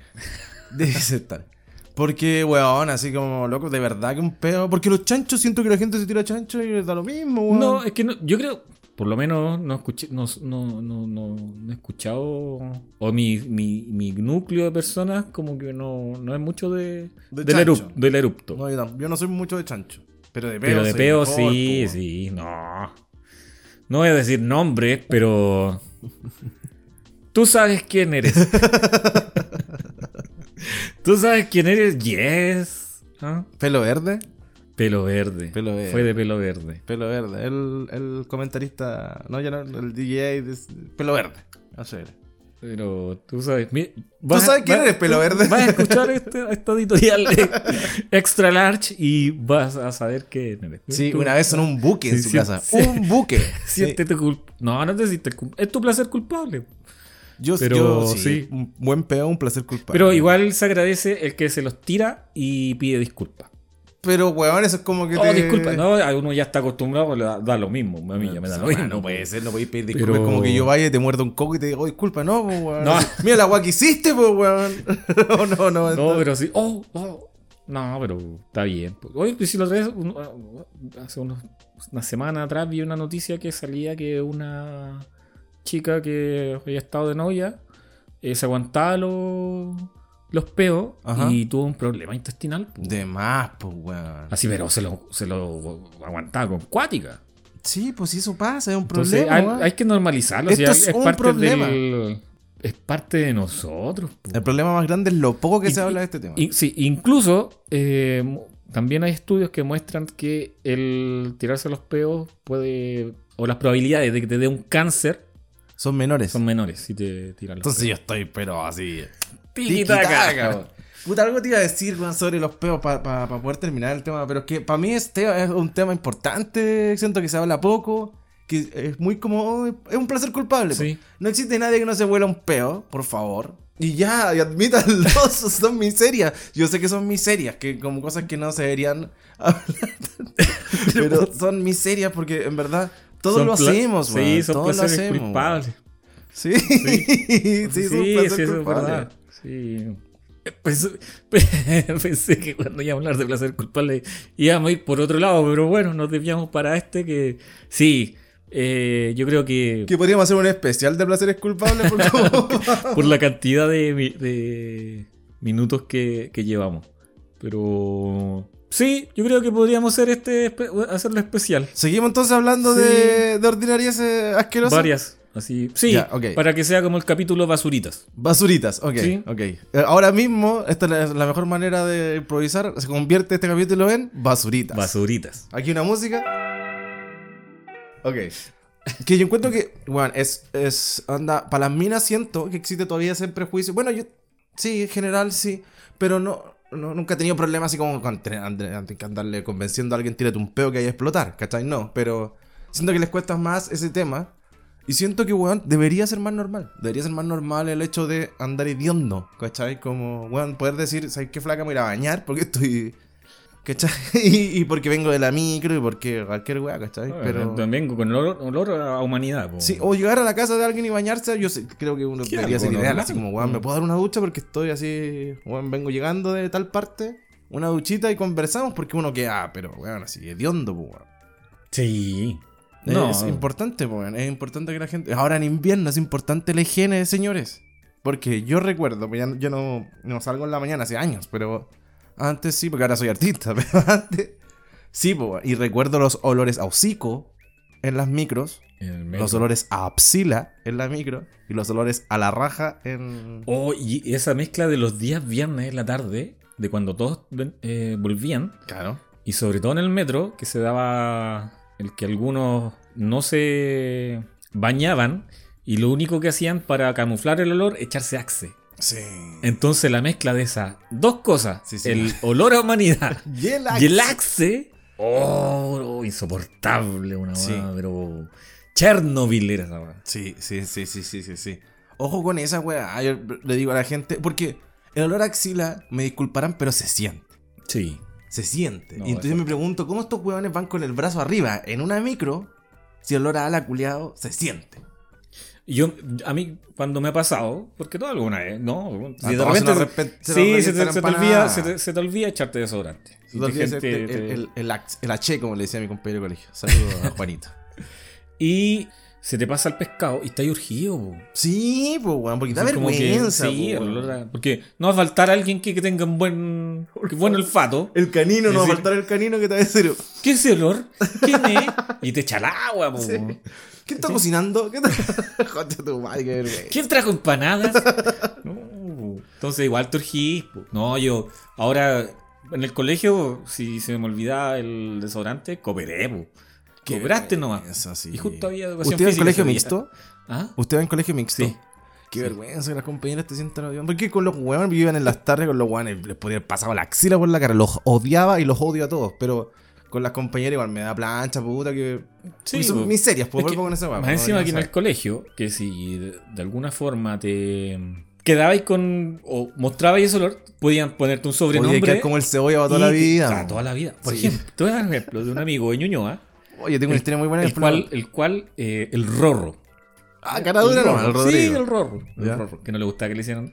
Speaker 2: Deberías estar. Porque, weón, así como, loco, de verdad que un pedo. Porque los chanchos, siento que la gente se tira chancho y les da lo mismo, weón.
Speaker 3: No, es que no- yo creo, por lo menos no, escuché, no, no, no, no- no he escuchado, o mi, mi, mi núcleo de personas como que no, no es mucho de,
Speaker 2: De
Speaker 3: del,
Speaker 2: chancho.
Speaker 3: erup- del erupto.
Speaker 2: No, yo, tam- yo no soy mucho de chancho. Pero de peo.
Speaker 3: pero de
Speaker 2: soy
Speaker 3: peo
Speaker 2: mejor,
Speaker 3: sí,
Speaker 2: po, weón.
Speaker 3: sí, no. No voy a decir nombres, pero... Tú sabes quién eres. Tú sabes quién eres, yes. ¿Ah?
Speaker 2: Pelo verde.
Speaker 3: Pelo verde.
Speaker 2: Pelo verde.
Speaker 3: Fue de pelo verde.
Speaker 2: Pelo verde. El, el comentarista. No, ya no, el DJ. de- pelo verde. No sé.
Speaker 3: Pero tú sabes... mi-
Speaker 2: ¿Tú
Speaker 3: vas a-
Speaker 2: sabes quién
Speaker 3: vas-
Speaker 2: eres, pelo verde?
Speaker 3: Vas a escuchar este, esta editorial extra large y vas a saber que...
Speaker 2: Sí, una vez en un buque en
Speaker 3: Sí,
Speaker 2: su
Speaker 3: sí,
Speaker 2: casa.
Speaker 3: sí.
Speaker 2: Un buque. Sí.
Speaker 3: Siéntete culp- No, no te sientes culp- Es tu placer culpable.
Speaker 2: Yo,
Speaker 3: Pero
Speaker 2: yo sí,
Speaker 3: sí.
Speaker 2: Un buen peo, un placer culpable.
Speaker 3: Pero igual se agradece el que se los tira y pide disculpas.
Speaker 2: Pero, weón, eso es como que.
Speaker 3: Oh,
Speaker 2: te-
Speaker 3: disculpa. No, a uno ya está acostumbrado, le da, da lo mismo. A mí ya me da lo
Speaker 2: Esa weá
Speaker 3: mismo.
Speaker 2: Ah, no puede ser, no podéis pedir
Speaker 3: Pero-
Speaker 2: disculpas. Es como que yo vaya y te muerdo un coco y te digo, "Oh, disculpa, no, po, weón.
Speaker 3: No.
Speaker 2: Mira la weá que hiciste, po, weón. no, no, no.
Speaker 3: No, pero sí. Oh, oh. No, pero está bien. Hoy, si lo traes, uno- hace unos- una semana atrás vi una noticia que salía que una chica que había estado de novia eh, se aguantaba los, los peos
Speaker 2: Ajá.
Speaker 3: y tuvo un problema intestinal. po. Ah.
Speaker 2: De más, po, weón.
Speaker 3: Así, pero se lo, se lo aguantaba con cuática.
Speaker 2: Sí, pues si eso pasa, es un
Speaker 3: Entonces,
Speaker 2: problema.
Speaker 3: hay,
Speaker 2: weón.
Speaker 3: hay que normalizarlo.
Speaker 2: Esto
Speaker 3: si hay-
Speaker 2: es un
Speaker 3: parte
Speaker 2: problema.
Speaker 3: del- es parte de nosotros. po.
Speaker 2: El problema más grande es lo poco que
Speaker 3: Y-
Speaker 2: se habla de este tema.
Speaker 3: Y- sí, incluso eh, mu- también hay estudios que muestran que el tirarse los peos puede. o las probabilidades de que te dé un cáncer
Speaker 2: Son menores.
Speaker 3: son menores si te tiras los
Speaker 2: Entonces yo estoy, pero así.
Speaker 3: peos.
Speaker 2: tiquitaca,
Speaker 3: Tiquitaca,
Speaker 2: weón. Puta, algo te iba a decir, weón, sobre los peos para poder terminar el tema. Pero es que para mí este es un tema importante. Siento que se habla poco. Que es muy como. oh, es un placer culpable.
Speaker 3: Sí.
Speaker 2: po. No existe nadie que no se vuela un peo, por favor. Y ya, y admítanlo, son miserias. Yo sé que son miserias, que como cosas que no se deberían hablar. pero son miserias porque en verdad todos
Speaker 3: Son
Speaker 2: lo
Speaker 3: pla-
Speaker 2: hacemos,
Speaker 3: Sí,
Speaker 2: weón.
Speaker 3: son
Speaker 2: todos lo
Speaker 3: placeres
Speaker 2: hacemos. weón.
Speaker 3: culpables.
Speaker 2: Sí, sí,
Speaker 3: Sí,
Speaker 2: es un
Speaker 3: sí,
Speaker 2: placer
Speaker 3: eso es
Speaker 2: culpable.
Speaker 3: verdad. Sí. Pensé, Pues, pensé que cuando iba a hablar de placer culpable íbamos a ir por otro lado, pero bueno, nos desviamos para este que sí, eh, yo creo que
Speaker 2: Que podríamos hacer un especial de placeres culpables por
Speaker 3: por la cantidad de, mi- de minutos que, que llevamos. Pero sí, yo creo que podríamos hacer este espe- hacerlo especial.
Speaker 2: Seguimos entonces hablando
Speaker 3: Sí.
Speaker 2: de, de ordinarias eh, asquerosas.
Speaker 3: Varias, así. Sí,
Speaker 2: Ya, ok.
Speaker 3: para que sea como el capítulo basuritas.
Speaker 2: Basuritas, ok,
Speaker 3: Sí.
Speaker 2: ok. Eh, Ahora mismo, esta es la, la mejor manera de improvisar. Se convierte este capítulo en basuritas.
Speaker 3: Basuritas.
Speaker 2: Aquí una música. Ok. Que yo encuentro que, bueno, es, es, anda, para las minas siento que existe todavía ese prejuicio. Bueno, yo, sí, en general sí, pero no, no- nunca he tenido problemas así como con tener- ande- ande- que andarle convenciendo a alguien, tírate un peo que hay a explotar, ¿cachai? No, pero siento que les cuesta más ese tema. Y siento que, weón, debería ser más normal. Debería ser más normal el hecho de andar hediondo, ¿cachai? Como, weón, poder decir, ¿sabes qué flaca me voy a ir a bañar? Porque estoy... ¿Cachai? Y, y porque vengo de la micro y porque cualquier weá, ¿cachai?
Speaker 3: Pero... También con olor, olor a humanidad. po.
Speaker 2: Sí, o llegar a la casa de alguien y bañarse, yo sé- creo que uno
Speaker 3: Qué
Speaker 2: debería
Speaker 3: algo
Speaker 2: ser ideal.
Speaker 3: normal.
Speaker 2: Así como, weón, me puedo dar una ducha porque estoy así, weón, vengo llegando de tal parte, una duchita y conversamos porque uno queda, ah, pero weón, así hediondo, pues, weón.
Speaker 3: Sí.
Speaker 2: No. Es importante, po, weón, es importante que la gente. Ahora en invierno es importante la higiene, señores. Porque yo recuerdo, pues ya no- yo no, no salgo en la mañana hace años, pero antes sí, porque ahora soy artista, pero antes sí, po, weón. y recuerdo los olores a hocico en las micros.
Speaker 3: El metro.
Speaker 2: Los olores a axila en la micro y los olores a la raja en...
Speaker 3: Oh, y esa mezcla de los días viernes en la tarde, de cuando todos ven- eh, volvían,
Speaker 2: Claro.
Speaker 3: y sobre todo en el metro, que se daba el que algunos no se bañaban y lo único que hacían para camuflar el olor, echarse axe.
Speaker 2: Sí.
Speaker 3: Entonces la mezcla de esas dos cosas,
Speaker 2: Sí, sí.
Speaker 3: el olor a humanidad
Speaker 2: Y el
Speaker 3: y el axe, oh, oh, insoportable una
Speaker 2: Sí.
Speaker 3: weá, pero Chernobyl era esa weá.
Speaker 2: Sí, sí, sí, sí, sí, sí, sí. Ojo con esa weá, yo le digo a la gente, porque el olor a axila, me disculparán, pero se siente.
Speaker 3: Sí.
Speaker 2: Se siente.
Speaker 3: No,
Speaker 2: y entonces
Speaker 3: eso-
Speaker 2: me pregunto, ¿cómo estos huevones van con el brazo arriba en una micro si el olor a ala culiado se siente?
Speaker 3: Yo, a mí, cuando me ha pasado, porque todo alguna vez, ¿no?
Speaker 2: Ah,
Speaker 3: Si de
Speaker 2: todo se
Speaker 3: repente.
Speaker 2: nos repe- se nos
Speaker 3: sí,
Speaker 2: revienta
Speaker 3: se te,
Speaker 2: la
Speaker 3: se te
Speaker 2: empanada.
Speaker 3: olvida, se, te, se te olvida echarte desodorante. Y
Speaker 2: Solo
Speaker 3: te
Speaker 2: olvides
Speaker 3: gente-
Speaker 2: este- el,
Speaker 3: te-
Speaker 2: el- el ax- el H, como le decía mi compañero de colegio. Saludos a Juanito.
Speaker 3: Y se te pasa el pescado y está ahí urgido, po.
Speaker 2: Sí, pues, weón, porque da
Speaker 3: Así como que-
Speaker 2: vergüenza. pues,
Speaker 3: sí,
Speaker 2: po,
Speaker 3: el
Speaker 2: weón.
Speaker 3: olor a- porque no va a faltar alguien que, que tenga un buen, que buen olfato.
Speaker 2: El canino,
Speaker 3: Es
Speaker 2: no va a
Speaker 3: decir-
Speaker 2: faltar el canino que te va a decir.
Speaker 3: ¿Qué es ese olor? ¿Quién es? Y te echa el agua, po.
Speaker 2: ¿Quién está cocinando? ¿Qué está... Joder, tu madre, qué vergüenza.
Speaker 3: ¿Quién trajo empanadas? No, po. Entonces igual te urgís, po. No, yo ahora en el colegio, si se me olvidaba el desodorante, cooperé, po.
Speaker 2: Qué
Speaker 3: Cobraste nomás.
Speaker 2: vergüenza, sí.
Speaker 3: Y justo había educación
Speaker 2: ¿Usted va en
Speaker 3: física
Speaker 2: colegio
Speaker 3: ese día.
Speaker 2: mixto?
Speaker 3: ¿Ah?
Speaker 2: ¿Usted va en colegio mixto?
Speaker 3: Sí.
Speaker 2: Qué vergüenza que las compañeras te sientan odiando. ¿Por qué con los huevones vivían en las tardes con los huevones? Les podía haber pasado la axila por la cara. Los odiaba y los odio a todos, pero con las compañeras igual me da plancha, puta, que.
Speaker 3: Sí,
Speaker 2: son
Speaker 3: po.
Speaker 2: miserias,
Speaker 3: Es
Speaker 2: puedo
Speaker 3: que,
Speaker 2: ver con esa hueá, pues,
Speaker 3: más
Speaker 2: po,
Speaker 3: encima
Speaker 2: ya
Speaker 3: que en
Speaker 2: sabes.
Speaker 3: el colegio, que si de, de alguna forma te quedabais con o mostrabais ese olor, podían ponerte un
Speaker 2: Podía
Speaker 3: sobrenombre.
Speaker 2: quedar como el cebolla para toda
Speaker 3: y
Speaker 2: la
Speaker 3: te-
Speaker 2: vida.
Speaker 3: para
Speaker 2: po.
Speaker 3: toda la vida. Por
Speaker 2: Sí.
Speaker 3: ejemplo, te voy a dar un ejemplo de un amigo de Ñuñoa,
Speaker 2: Oye, tengo una historia muy buena.
Speaker 3: el
Speaker 2: del problema.
Speaker 3: cual, el cual, eh, el rorro.
Speaker 2: Ah, cara dura, no, el
Speaker 3: Sí,
Speaker 2: Rodrigo.
Speaker 3: el rorro. El
Speaker 2: Ya.
Speaker 3: rorro, que no le gustaba que le hicieran.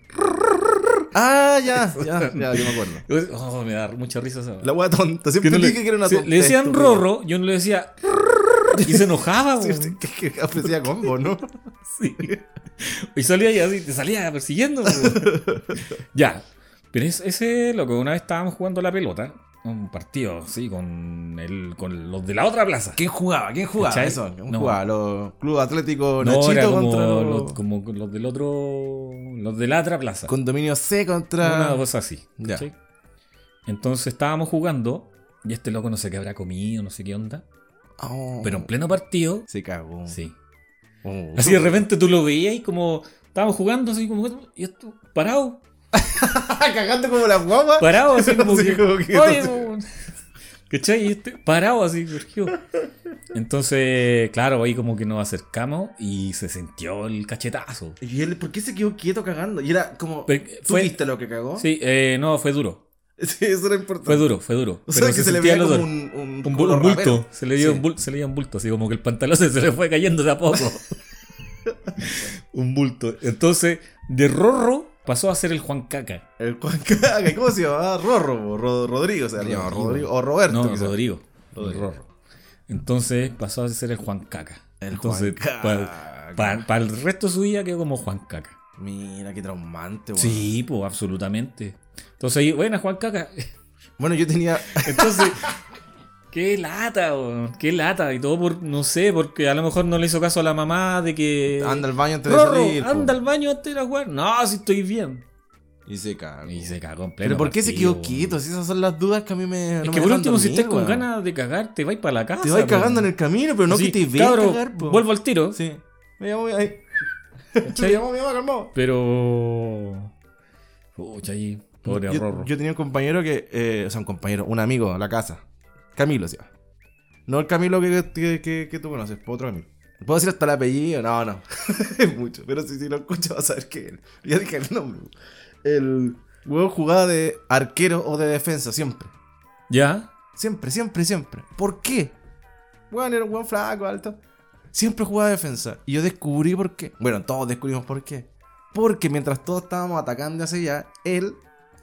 Speaker 2: Ah, ya, ya, ya, yo me acuerdo.
Speaker 3: Oh, me da mucha risa esa.
Speaker 2: La hueá tonta.
Speaker 3: Que
Speaker 2: Siempre
Speaker 3: no le,
Speaker 2: dije que era una
Speaker 3: sí,
Speaker 2: tonta.
Speaker 3: le decían
Speaker 2: estúpida.
Speaker 3: rorro, yo no le decía. Y se enojaba,
Speaker 2: Sí,
Speaker 3: weón.
Speaker 2: sí, que, que ofrecía combo, ¿no?
Speaker 3: Sí. Y salía y así, te salía persiguiendo. po. ya. Pero es- ese loco, una vez estábamos jugando a la pelota un partido, sí, con, el, con los de la otra plaza.
Speaker 2: ¿Quién jugaba? ¿Quién jugaba?
Speaker 3: ¿Cachai?
Speaker 2: Eso, ¿quién
Speaker 3: No.
Speaker 2: jugaba? Los Club Atlético
Speaker 3: No, era
Speaker 2: Nachito
Speaker 3: como,
Speaker 2: contra los-
Speaker 3: los, como los del otro. Los de la otra plaza.
Speaker 2: Condominio C
Speaker 3: Una
Speaker 2: contra.
Speaker 3: cosa así.
Speaker 2: Ya.
Speaker 3: ¿cachai? Entonces estábamos jugando y este loco no sé qué habrá comido, no sé qué onda.
Speaker 2: Oh,
Speaker 3: Pero en pleno partido,
Speaker 2: se cagó.
Speaker 3: sí.
Speaker 2: Oh.
Speaker 3: Así de repente tú lo veías y como estábamos jugando, así como. Y esto, parado,
Speaker 2: Ah, Cagando como las guaguas.
Speaker 3: parado, así como
Speaker 2: Así
Speaker 3: que.
Speaker 2: como que-
Speaker 3: "Oye, weón". ¿Cachai? Y este, parado así, surgió. Entonces, claro, ahí como que nos acercamos y se sintió el cachetazo.
Speaker 2: ¿Y él por qué se quedó quieto cagando? Y era como.
Speaker 3: Pero
Speaker 2: ¿Tú
Speaker 3: fue-
Speaker 2: viste lo que cagó?
Speaker 3: Sí, eh, no, fue duro.
Speaker 2: Sí, eso era importante.
Speaker 3: Fue duro, fue duro.
Speaker 2: O sea, que se,
Speaker 3: sentía
Speaker 2: le veía
Speaker 3: el
Speaker 2: como
Speaker 3: olor.
Speaker 2: un, un,
Speaker 3: Un, bu-
Speaker 2: culo
Speaker 3: un bulto.
Speaker 2: rapero.
Speaker 3: Se le, dio
Speaker 2: Sí.
Speaker 3: un bul- se le dio un bulto, así como que el pantalón se se le fue cayendo de a poco. un bulto. Entonces, de Rorro pasó a ser el Juan Caca.
Speaker 2: El Juan Caga, ¿cómo se llamaba? Rorro, o Ro- Rodrigo, o sea,
Speaker 3: Rodrigo.
Speaker 2: no, Rodrigo, o Roberto.
Speaker 3: No,
Speaker 2: quizás.
Speaker 3: Rodrigo.
Speaker 2: Rodrigo.
Speaker 3: Rorro. Entonces pasó a ser el Juan Caca.
Speaker 2: El
Speaker 3: Entonces,
Speaker 2: Juan Caca.
Speaker 3: Para el resto de su vida quedó como Juan Caca.
Speaker 2: Mira, qué traumante, weón.
Speaker 3: Sí, pues absolutamente. Entonces ahí, bueno, Juan Caca.
Speaker 2: Bueno, yo tenía.
Speaker 3: Entonces, qué lata, weón, qué lata. Y todo por, no sé, porque a lo mejor no le hizo caso a la mamá de que.
Speaker 2: Anda al baño antes de
Speaker 3: Eh, Rorro,
Speaker 2: salir. po.
Speaker 3: anda al baño antes de ir a jugar. No, si estoy bien.
Speaker 2: Y se cagó.
Speaker 3: Y se cagó en pleno
Speaker 2: Pero ¿por qué se
Speaker 3: partido,
Speaker 2: quedó
Speaker 3: weón.
Speaker 2: quieto? Si esas son las dudas que a mí me.
Speaker 3: Es
Speaker 2: no
Speaker 3: que
Speaker 2: me
Speaker 3: por
Speaker 2: dejan
Speaker 3: último, si
Speaker 2: dormir,
Speaker 3: estás con
Speaker 2: weón.
Speaker 3: ganas de cagar, te vais para la casa.
Speaker 2: Te vas cagando en el camino, pero no que te veas cagar, po.
Speaker 3: Vuelvo al tiro.
Speaker 2: Sí. Me llamó mi ay.
Speaker 3: ¿cachai?
Speaker 2: Me llamó mi mamá, calmado.
Speaker 3: Pero. Pucha, ahí. Pobre
Speaker 2: Yo,
Speaker 3: Rorro.
Speaker 2: yo tenía un compañero que. eh, o sea, un compañero, un amigo de la casa. Camilo, se llama. No el Camilo que, que, que- que tú conoces, pues otro Camilo. ¿Puedo decir hasta el apellido? No, no. es mucho. Pero si, si lo escuchas vas a saber que él. Ya dije el nombre. El huevo jugaba de arquero o de defensa, siempre.
Speaker 3: ¿Ya?
Speaker 2: Siempre, siempre, siempre. ¿Por qué? Bueno, era un buen flaco, alto. Siempre jugaba defensa. Y yo descubrí por qué. Bueno, todos descubrimos por qué. Porque mientras todos estábamos atacando hacia allá, él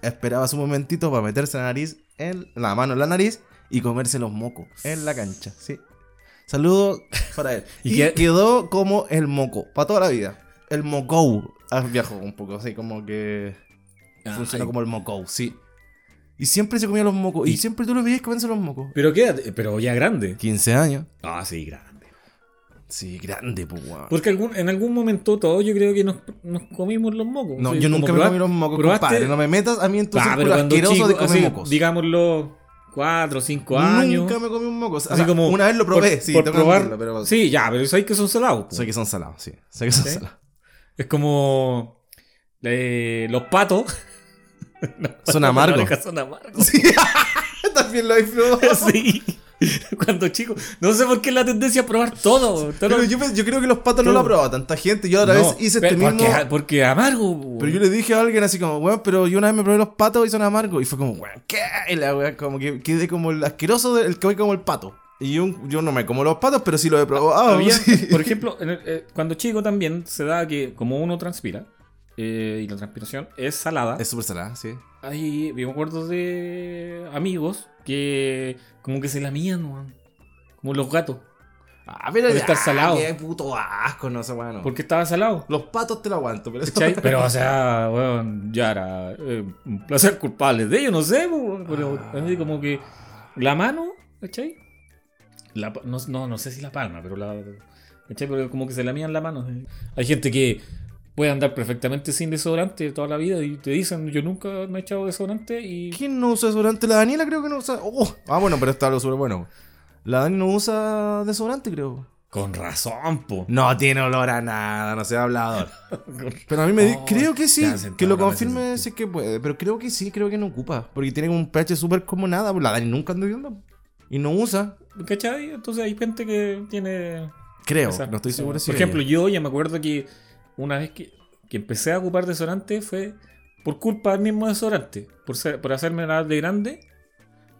Speaker 2: esperaba su momentito para meterse la nariz, en la mano en la nariz y comerse los mocos en la cancha. Sí. Saludo para él.
Speaker 3: ¿Y
Speaker 2: y
Speaker 3: qué-
Speaker 2: quedó como el moco, para toda la vida. El mocou. Ah, Viajó un poco, así como que funcionó
Speaker 3: Ay,
Speaker 2: como el mocou, sí. Y siempre se comía los mocos. Y,
Speaker 3: Y-
Speaker 2: siempre tú lo veías comiéndose los mocos.
Speaker 3: Pero quédate, pero ya grande.
Speaker 2: 15 años.
Speaker 3: Ah, sí, grande.
Speaker 2: Sí, grande, pues, weón.
Speaker 3: Porque algún- en algún momento todos yo creo que nos, nos comimos los mocos.
Speaker 2: No,
Speaker 3: Sí,
Speaker 2: yo
Speaker 3: como
Speaker 2: nunca me
Speaker 3: proba-
Speaker 2: comí los mocos,
Speaker 3: probaste-
Speaker 2: compadre. No me metas a mí en tu
Speaker 3: Ah,
Speaker 2: círculo
Speaker 3: pero cuando
Speaker 2: asqueroso
Speaker 3: chico,
Speaker 2: de comer
Speaker 3: así,
Speaker 2: mocos.
Speaker 3: digámoslo, cuatro, cinco años.
Speaker 2: Nunca me comí un moco. O sea,
Speaker 3: así como
Speaker 2: una vez lo probé, sí,
Speaker 3: por
Speaker 2: tengo que
Speaker 3: probar.
Speaker 2: admitirlo, pero...
Speaker 3: Sí, ya, pero sabéis que son salados. po.
Speaker 2: Sé que son salados, sí. Sé que son
Speaker 3: ¿Sí?
Speaker 2: salados.
Speaker 3: Es como eh, los patos.
Speaker 2: Son amargos.
Speaker 3: Las orejas son amargos.
Speaker 2: También lo hay probado.
Speaker 3: Sí. Cuando chico, no sé por qué la tendencia a probar todo. todo
Speaker 2: Pero
Speaker 3: lo-
Speaker 2: yo, pe- yo creo que los patos no lo ha
Speaker 3: Todo.
Speaker 2: probado tanta gente. Yo otra vez
Speaker 3: No,
Speaker 2: hice
Speaker 3: pe-
Speaker 2: este mismo...
Speaker 3: porque, porque amargo. po.
Speaker 2: Pero yo le dije a alguien así como, weón, pero yo una vez me probé los patos y son amargos. Y fue como, weón, ¿qué? Y la weón, como que quedé como el asqueroso del el que voy como el pato. Y yo, yo no me como los patos, pero sí los he probado.
Speaker 3: Había,
Speaker 2: sí.
Speaker 3: Por ejemplo, en el- eh, cuando chico también se da que como uno transpira eh, y la transpiración es salada,
Speaker 2: Es súper salada, sí.
Speaker 3: ahí me acuerdo de amigos que como que se la mían, como los gatos,
Speaker 2: Ah, pero
Speaker 3: Debe
Speaker 2: ya,
Speaker 3: estar salado.
Speaker 2: Qué puto asco, no sé, bueno.
Speaker 3: porque estaba salado.
Speaker 2: Los patos te lo aguanto, pero eso-
Speaker 3: ¿cachai? Pero, o sea, weón, ya era eh, un placer culpable de ellos, no sé, weón, pero
Speaker 2: Ah.
Speaker 3: así como que la mano, ¿cachai? La pa- no, no, no sé si la palma, pero la. ¿cachai? Pero como que se lamían la mano. eh. Hay gente que puede andar perfectamente sin desodorante toda la vida y te dicen, yo nunca me he echado desodorante y.
Speaker 2: ¿Quién no usa desodorante? La Daniela creo que no usa. Oh, ah, bueno, pero está algo súper bueno. La Dani no usa desodorante, creo.
Speaker 3: Con razón, po.
Speaker 2: No tiene olor a nada, no sea hablador. Pero a mí me di-
Speaker 3: Oh,
Speaker 2: creo que sí,
Speaker 3: ya, sentado,
Speaker 2: que lo
Speaker 3: ahora me
Speaker 2: confirme
Speaker 3: hace
Speaker 2: si es que puede, pero creo que sí, creo que no ocupa, porque tiene un pH súper como nada, pues la Dani nunca anda viendo y no usa,
Speaker 3: ¿Cachai? Entonces hay gente que tiene
Speaker 2: creo,
Speaker 3: Esa-
Speaker 2: no estoy
Speaker 3: esa-
Speaker 2: seguro si
Speaker 3: Por ejemplo, yo ya me acuerdo que una vez que, que empecé a ocupar desodorante fue por culpa del mismo desodorante. Por, ser- por hacerme la de grande.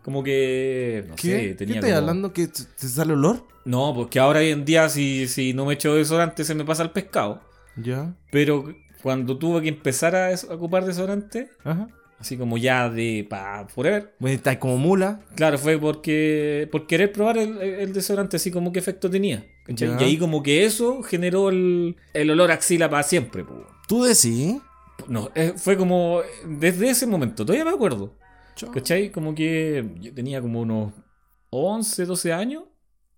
Speaker 3: Como que. No
Speaker 2: ¿qué?
Speaker 3: sé,
Speaker 2: ¿Qué
Speaker 3: tenía.
Speaker 2: estás
Speaker 3: como-
Speaker 2: hablando que te te sale olor?
Speaker 3: No, porque ahora hoy en día, si, si no me echo desodorante, se me pasa el pescado.
Speaker 2: Ya.
Speaker 3: Pero cuando tuve que empezar a, des- a ocupar desodorante,
Speaker 2: Ajá.
Speaker 3: así como ya de. Pa, forever.
Speaker 2: Bueno, está como mula.
Speaker 3: Claro, fue porque por querer probar el, el desodorante, así como qué efecto tenía. ¿cachai?
Speaker 2: Ya.
Speaker 3: Y ahí como que eso generó el, el olor a axila para siempre. po.
Speaker 2: Tú decís.
Speaker 3: No, eh, fue como desde ese momento, todavía me acuerdo. ¿Cachai? Como que yo tenía como unos 11, 12 años.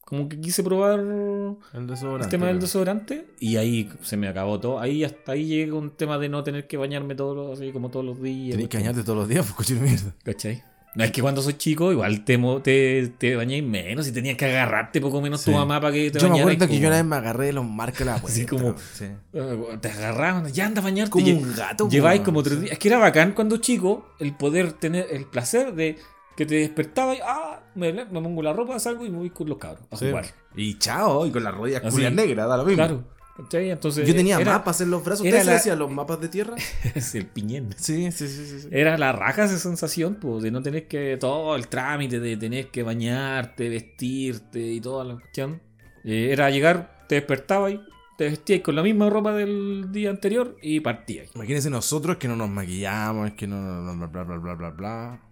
Speaker 3: Como que quise probar
Speaker 2: El
Speaker 3: el
Speaker 2: desodorante.
Speaker 3: tema del desodorante. Y ahí se me acabó todo. Ahí hasta ahí llegué con un tema de no tener que bañarme todos los, así como todos los días.
Speaker 2: Tenés que bañarte todos los días, pues cochino de mierda.
Speaker 3: ¿Cachai? No, es que cuando sos chico, igual te, mo- te, te bañáis menos y tenías que agarrarte poco menos
Speaker 2: Sí.
Speaker 3: tu mamá para que te
Speaker 2: Yo me
Speaker 3: bañaras,
Speaker 2: acuerdo que
Speaker 3: Este como-
Speaker 2: yo una vez me agarré de los marcos de la puerta.
Speaker 3: Así como-
Speaker 2: Sí.
Speaker 3: Ah, Te agarraban, ya anda a bañarte.
Speaker 2: Como
Speaker 3: lle-
Speaker 2: un gato.
Speaker 3: Lleváis
Speaker 2: weón.
Speaker 3: como tres días. Es que era bacán cuando chico el poder tener el placer de que te despertaba y ah, me, me pongo la ropa, salgo y me voy con los cabros a
Speaker 2: Sí.
Speaker 3: jugar.
Speaker 2: Y chao, y con las rodillas
Speaker 3: Así.
Speaker 2: culias negras, da lo mismo.
Speaker 3: Claro. ¿Cachai? Entonces,
Speaker 2: Yo tenía
Speaker 3: era-
Speaker 2: mapas en los brazos.
Speaker 3: era
Speaker 2: ¿Ustedes
Speaker 3: la-
Speaker 2: se hacían los mapas de tierra?
Speaker 3: es el piñén.
Speaker 2: Sí, sí, sí, sí. sí.
Speaker 3: Era la raja esa sensación, pues, de no tener que. Todo el trámite de tener que bañarte, vestirte y toda la cuestión. Eh, era llegar, te despertabas, te vestías con la misma ropa del día anterior y partías.
Speaker 2: Imagínense nosotros que no nos maquillamos, que no, no, no, bla, bla, bla, bla, bla, bla.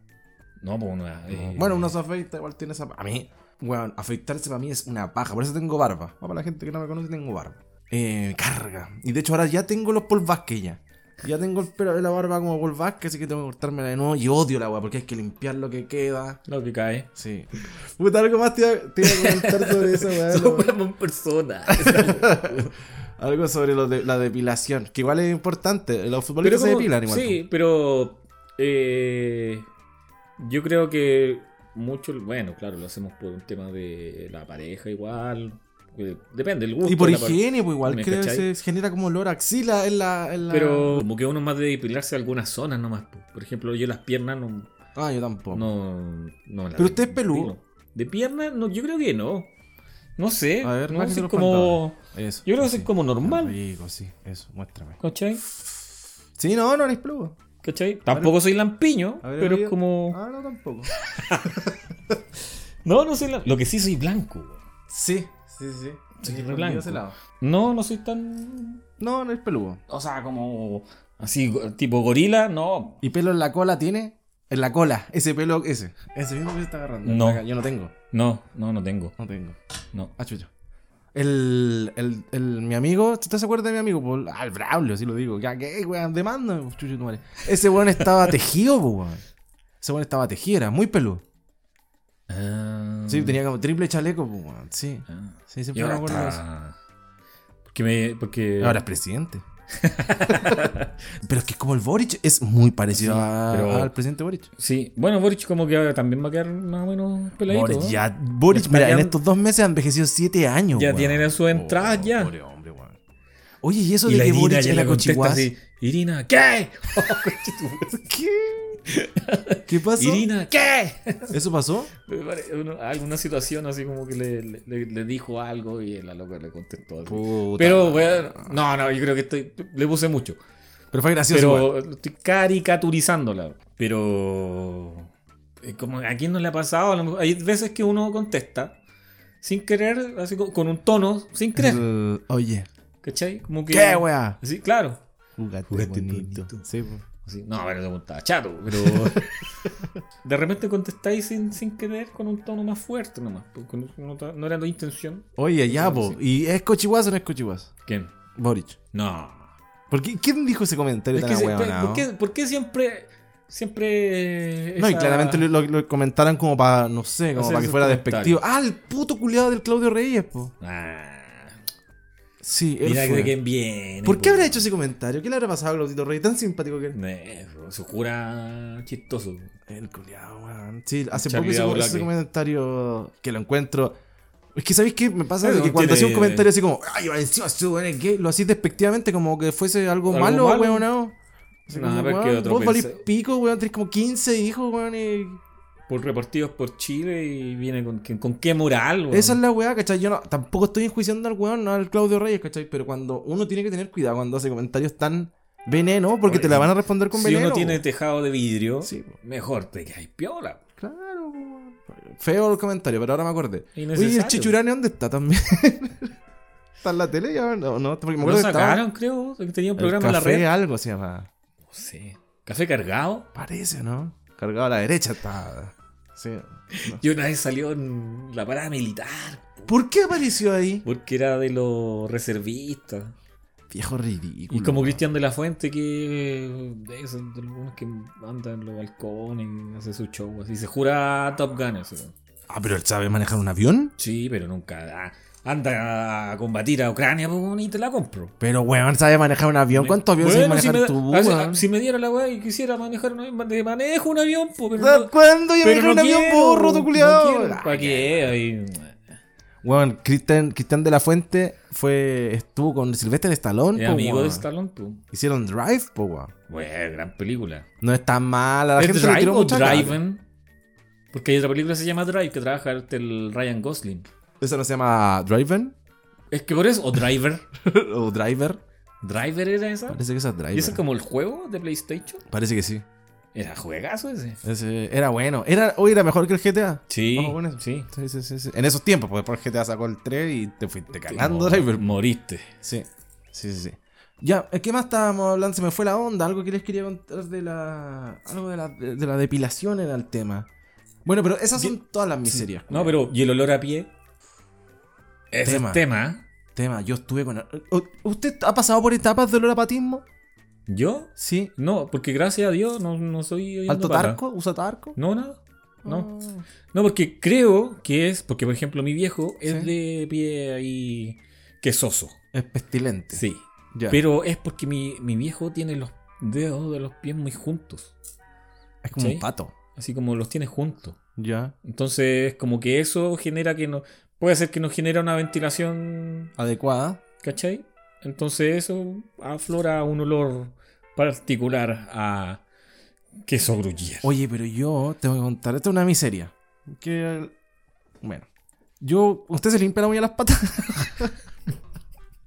Speaker 3: No, pues, no, eh,
Speaker 2: Bueno, uno se afeita, igual tiene esa... A mí, weón, afeitarse para mí es una paja. Por eso tengo barba. O para la gente que no me conoce, tengo barba. Eh, carga. Y de hecho ahora ya tengo los Paul Vázquez ya. Ya tengo el pelo de la barba como Paul Vázquez, así que tengo que cortármela de nuevo. Y odio la weá, porque hay que limpiar lo que queda.
Speaker 3: Lo que cae.
Speaker 2: Sí. Puta, algo más te iba, te iba a comentar sobre eso, weón.
Speaker 3: Somos buenas personas.
Speaker 2: Algo sobre lo de, la depilación, que igual es importante. Los
Speaker 3: pero
Speaker 2: futbolistas se
Speaker 3: como-
Speaker 2: depilan igual.
Speaker 3: Sí, pero eh, yo creo que mucho, bueno, claro, lo hacemos por un tema de la pareja igual. eh, Depende, el gusto.
Speaker 2: Y por
Speaker 3: de la pareja.
Speaker 2: higiene, pues igual
Speaker 3: ¿Me
Speaker 2: creo que
Speaker 3: cachai?
Speaker 2: se genera como olor a axila en la. en la-
Speaker 3: Pero como que uno más de depilarse algunas zonas nomás. po. Por ejemplo, yo las piernas no...
Speaker 2: Ah, yo tampoco.
Speaker 3: no, no las
Speaker 2: Pero usted es peludo.
Speaker 3: depilo. ¿De piernas? No, yo creo que no. No sé.
Speaker 2: A ver,
Speaker 3: no,
Speaker 2: bájese
Speaker 3: si es
Speaker 2: los
Speaker 3: como...
Speaker 2: Eso,
Speaker 3: Yo creo que
Speaker 2: sí.
Speaker 3: es como normal.
Speaker 2: Rico, sí, eso, muéstrame.
Speaker 3: ¿Cachai?
Speaker 2: Sí, no, no eres peludo.
Speaker 3: ¿Cachai? Tampoco soy lampiño,
Speaker 2: A ver,
Speaker 3: pero
Speaker 2: amigo.
Speaker 3: es como...
Speaker 2: Ah, no, tampoco.
Speaker 3: No, no soy blanco. Lo que sí soy blanco. güey.
Speaker 2: Sí, sí, sí.
Speaker 3: Sí,
Speaker 2: Sí,
Speaker 3: re
Speaker 2: por
Speaker 3: blanco.
Speaker 2: ese lado.
Speaker 3: No, no soy tan.
Speaker 2: No, no eres peludo.
Speaker 3: O sea, como. Así, go- tipo gorila, no.
Speaker 2: ¿Y pelo en la cola tiene? En la cola, ese pelo, ese. Ese mismo que se está agarrando.
Speaker 3: No.
Speaker 2: Acá, Yo no tengo.
Speaker 3: No, no, no tengo.
Speaker 2: No tengo.
Speaker 3: No.
Speaker 2: Ah, chucha. El, el, el, mi amigo, ¿tú te acuerdas de mi amigo? Paul? Ah, el Braulio, sí lo digo. Ya, ¿qué, weón? Demanda, chucho, tu madre. Ese weón estaba tejido, po, weón. Ese weón estaba tejido, era muy peludo.
Speaker 3: Ah,
Speaker 2: Sí, tenía como triple chaleco, po, weón. Sí.
Speaker 3: ah.
Speaker 2: Sí,
Speaker 3: Y
Speaker 2: siempre me
Speaker 3: ahora
Speaker 2: acuerdo de eso.
Speaker 3: está. Porque me. Porque.
Speaker 2: Ahora es presidente. pero es que como el Boric es muy parecido
Speaker 3: Sí,
Speaker 2: a-
Speaker 3: pero-
Speaker 2: al presidente Boric.
Speaker 3: Sí. Bueno, Boric, como que ahora también va a quedar más o menos peladito.
Speaker 2: Boric,
Speaker 3: ¿no?
Speaker 2: ya, Boric,
Speaker 3: Está
Speaker 2: mira,
Speaker 3: ya-
Speaker 2: en estos dos meses ha envejecido siete años.
Speaker 3: Ya
Speaker 2: weón. Oh,
Speaker 3: tienen sus entradas, ya.
Speaker 2: Pobre hombre, weón. Oye, y eso
Speaker 3: Y
Speaker 2: de
Speaker 3: la
Speaker 2: que
Speaker 3: Irina
Speaker 2: Boric
Speaker 3: ya
Speaker 2: era
Speaker 3: le contesta
Speaker 2: cochiguaz.
Speaker 3: así: Irina, ¿qué? Oh, coche tu madre.
Speaker 2: ¿Qué? ¿Qué pasó?
Speaker 3: Irina, ¿qué?
Speaker 2: ¿Eso pasó?
Speaker 3: Me pare- uno- Alguna situación así como que le, le- le- le dijo algo y la loca le contestó. así. Pero, weón, no, no, yo creo que estoy, le puse mucho.
Speaker 2: Pero fue gracioso. weón.
Speaker 3: pero estoy caricaturizándola. Pero, eh, como a quién no le ha pasado, A lo mejor- hay veces que uno contesta sin querer, así co- con un tono, sin querer.
Speaker 2: El- Oye.
Speaker 3: ¿Cachai? Como que,
Speaker 2: ¿Qué, weá?
Speaker 3: Sí, claro.
Speaker 2: Jugate,
Speaker 1: Jugate
Speaker 2: bonito.
Speaker 1: bonito.
Speaker 2: Sí, po.
Speaker 3: Así, no, pero yo estaba chato, pero. de repente contestáis sin, sin querer con un tono más fuerte nomás. pues, porque no- no, no era la intención.
Speaker 2: Oye, ya, po. ¿Y es cochiguaz o no es cochiguaz?
Speaker 3: ¿Quién?
Speaker 2: Boric.
Speaker 3: No.
Speaker 2: ¿Por qué? ¿Quién dijo ese comentario
Speaker 3: Es que
Speaker 2: tan
Speaker 3: se-
Speaker 2: ahueonado?
Speaker 3: ¿por, qué, por qué siempre siempre eh,
Speaker 2: No, y
Speaker 3: esa-
Speaker 2: claramente lo, lo- lo comentaran como para, no sé, como
Speaker 3: Hacer
Speaker 2: para que
Speaker 3: esos
Speaker 2: fuera
Speaker 3: comentarios.
Speaker 2: despectivo. Ah, el puto culiado del Claudio Reyes, po.
Speaker 3: Ah,
Speaker 2: Sí, él
Speaker 3: mira
Speaker 2: fue.
Speaker 3: de quién viene pues.
Speaker 2: ¿Por qué
Speaker 3: po.
Speaker 2: habrá hecho ese comentario? ¿Qué le habrá pasado a Claudito Reyes? Tan simpático que era.
Speaker 3: Eh, po, su cura chistoso
Speaker 2: El culiado, weón. Sí, hace
Speaker 3: Charlie
Speaker 2: poco se ocurrió
Speaker 3: Daulaque.
Speaker 2: ese comentario que lo encuentro. Es que, ¿sabéis qué? Me pasa
Speaker 3: Claro,
Speaker 2: que cuando
Speaker 3: tiene-
Speaker 2: hacía un comentario así como, ay, va encima su weón es gay, lo hacís despectivamente como que fuese algo,
Speaker 3: ¿Algo
Speaker 2: malo,
Speaker 3: malo?
Speaker 2: weón, no. Así
Speaker 3: No,
Speaker 2: como,
Speaker 3: pero es que
Speaker 2: weón,
Speaker 3: otro
Speaker 2: vos valís
Speaker 3: pensé-
Speaker 2: pico, weón, tenés como 15 hijos, weón, y
Speaker 3: por repartidos por Chile y viene con, que- con qué moral weón.
Speaker 2: Esa es la weá, ¿cachai? Yo no, tampoco estoy enjuiciando al weón, no al Claudio Reyes, ¿cachai? Pero cuando uno tiene que tener cuidado cuando hace comentarios tan veneno, porque te la van a responder con
Speaker 3: si
Speaker 2: veneno.
Speaker 3: uno tiene tejado de vidrio
Speaker 2: Sí, po.
Speaker 3: mejor te hay piola
Speaker 2: Claro, weón. Feo el comentario, pero ahora me acordé. Oye, ¿y
Speaker 3: Innecesario.
Speaker 2: el Chichurane dónde está también? ¿Está en la tele ya? No, no, porque me
Speaker 3: lo
Speaker 2: acuerdo que estaba-
Speaker 3: sacaron creo que tenía un
Speaker 2: el
Speaker 3: programa en la
Speaker 2: Café
Speaker 3: red
Speaker 2: algo se llama.
Speaker 3: no sé café cargado
Speaker 2: Parece, ¿no? Cargado a la derecha está. Sí. no.
Speaker 3: y una vez salió en la parada militar
Speaker 2: ¿Por qué apareció ahí?
Speaker 3: porque era de los reservistas
Speaker 2: Viejo ridículo.
Speaker 3: Y como
Speaker 2: weón.
Speaker 3: Cristian de la Fuente, que es de algunos que anda en los balcones, y hace su show, así se jura Top Gun. ese weón.
Speaker 2: Ah, pero él sabe manejar un avión.
Speaker 3: Sí, pero nunca ah, anda a combatir a Ucrania, pues, weón, y te la compro.
Speaker 2: Pero, weón, sabe manejar un avión. ¿Cuántos aviones
Speaker 3: Bueno,
Speaker 2: sabes
Speaker 3: si,
Speaker 2: manejar
Speaker 3: me,
Speaker 2: tú,
Speaker 3: ah, si-
Speaker 2: weón?
Speaker 3: ah, si me diera la weá y quisiera manejar un avión, mane- manejo un avión, pues, pero,
Speaker 2: ¿Sabes
Speaker 3: no,
Speaker 2: ¿Cuándo yo manejé
Speaker 3: pero
Speaker 2: un
Speaker 3: no
Speaker 2: avión
Speaker 3: quiero,
Speaker 2: por roto
Speaker 3: no
Speaker 2: culiado?
Speaker 3: quiero. ¿Para qué? Ahí,
Speaker 2: Weón, Cristian, Cristian de la Fuente fue, estuvo con Sylvester Stallone.
Speaker 3: Es
Speaker 2: po,
Speaker 3: amigo
Speaker 2: weón.
Speaker 3: de Stallone, pues.
Speaker 2: Hicieron Drive, po, weón.
Speaker 3: Bueno, gran película.
Speaker 2: No es tan mala. La
Speaker 3: ¿Es
Speaker 2: gente le
Speaker 3: Drive
Speaker 2: tiró
Speaker 3: o
Speaker 2: mucha cara.
Speaker 3: Driven? Porque hay otra película que se llama Drive que trabaja el Ryan Gosling.
Speaker 2: ¿Esa no se llama Driven?
Speaker 3: Es que por eso, o Driver.
Speaker 2: ¿O Driver?
Speaker 3: ¿Driver era esa?
Speaker 2: Parece que esa es Driver.
Speaker 3: ¿Y ese es como el juego de PlayStation?
Speaker 2: Parece que sí.
Speaker 3: Era juegazo ese.
Speaker 2: Ese era bueno. Era, hoy era mejor que el GTA.
Speaker 3: Sí,
Speaker 2: Vamos con eso.
Speaker 3: sí.
Speaker 2: Sí, sí, sí, sí. En esos tiempos, porque después el GTA sacó el 3 y te fuiste cagando,
Speaker 3: Mor-
Speaker 2: Driver.
Speaker 3: Moriste.
Speaker 2: Sí, sí, sí, sí. Ya, eh, ¿qué más estábamos hablando? Se me fue la onda. Algo que les quería contar de la. Algo de la, de la depilación era el tema. Bueno, pero esas son todas las miserias.
Speaker 3: No, pero ¿y el olor a pie? Ese
Speaker 2: Tema.
Speaker 3: tema. tema.
Speaker 2: Tema, yo estuve con. ¿U- ¿Usted ha pasado por etapas de olor a patismo?
Speaker 3: ¿Yo?
Speaker 2: Sí.
Speaker 3: No, porque gracias a Dios no, no soy... hoy
Speaker 2: ¿Alto
Speaker 3: no para.
Speaker 2: tarco? ¿Usa tarco?
Speaker 3: No, nada. No.
Speaker 2: Ah.
Speaker 3: No, porque creo que es, porque por ejemplo mi viejo es
Speaker 2: Sí.
Speaker 3: de pie ahí quesoso.
Speaker 2: Es pestilente.
Speaker 3: Sí.
Speaker 2: Ya.
Speaker 3: Pero es porque mi, mi viejo tiene los dedos de los pies muy juntos.
Speaker 2: es como
Speaker 3: ¿sí?
Speaker 2: un pato.
Speaker 3: Así como los tiene juntos.
Speaker 2: Ya.
Speaker 3: Entonces, como que eso genera que no. Puede ser que nos genera una ventilación,
Speaker 2: Adecuada.
Speaker 3: ¿cachai? Entonces, eso aflora un olor particular a queso gruyere.
Speaker 2: Oye, pero yo te voy a contar, esto es una miseria. Que. Bueno. Yo. ¿Usted se limpia la uña de las patas?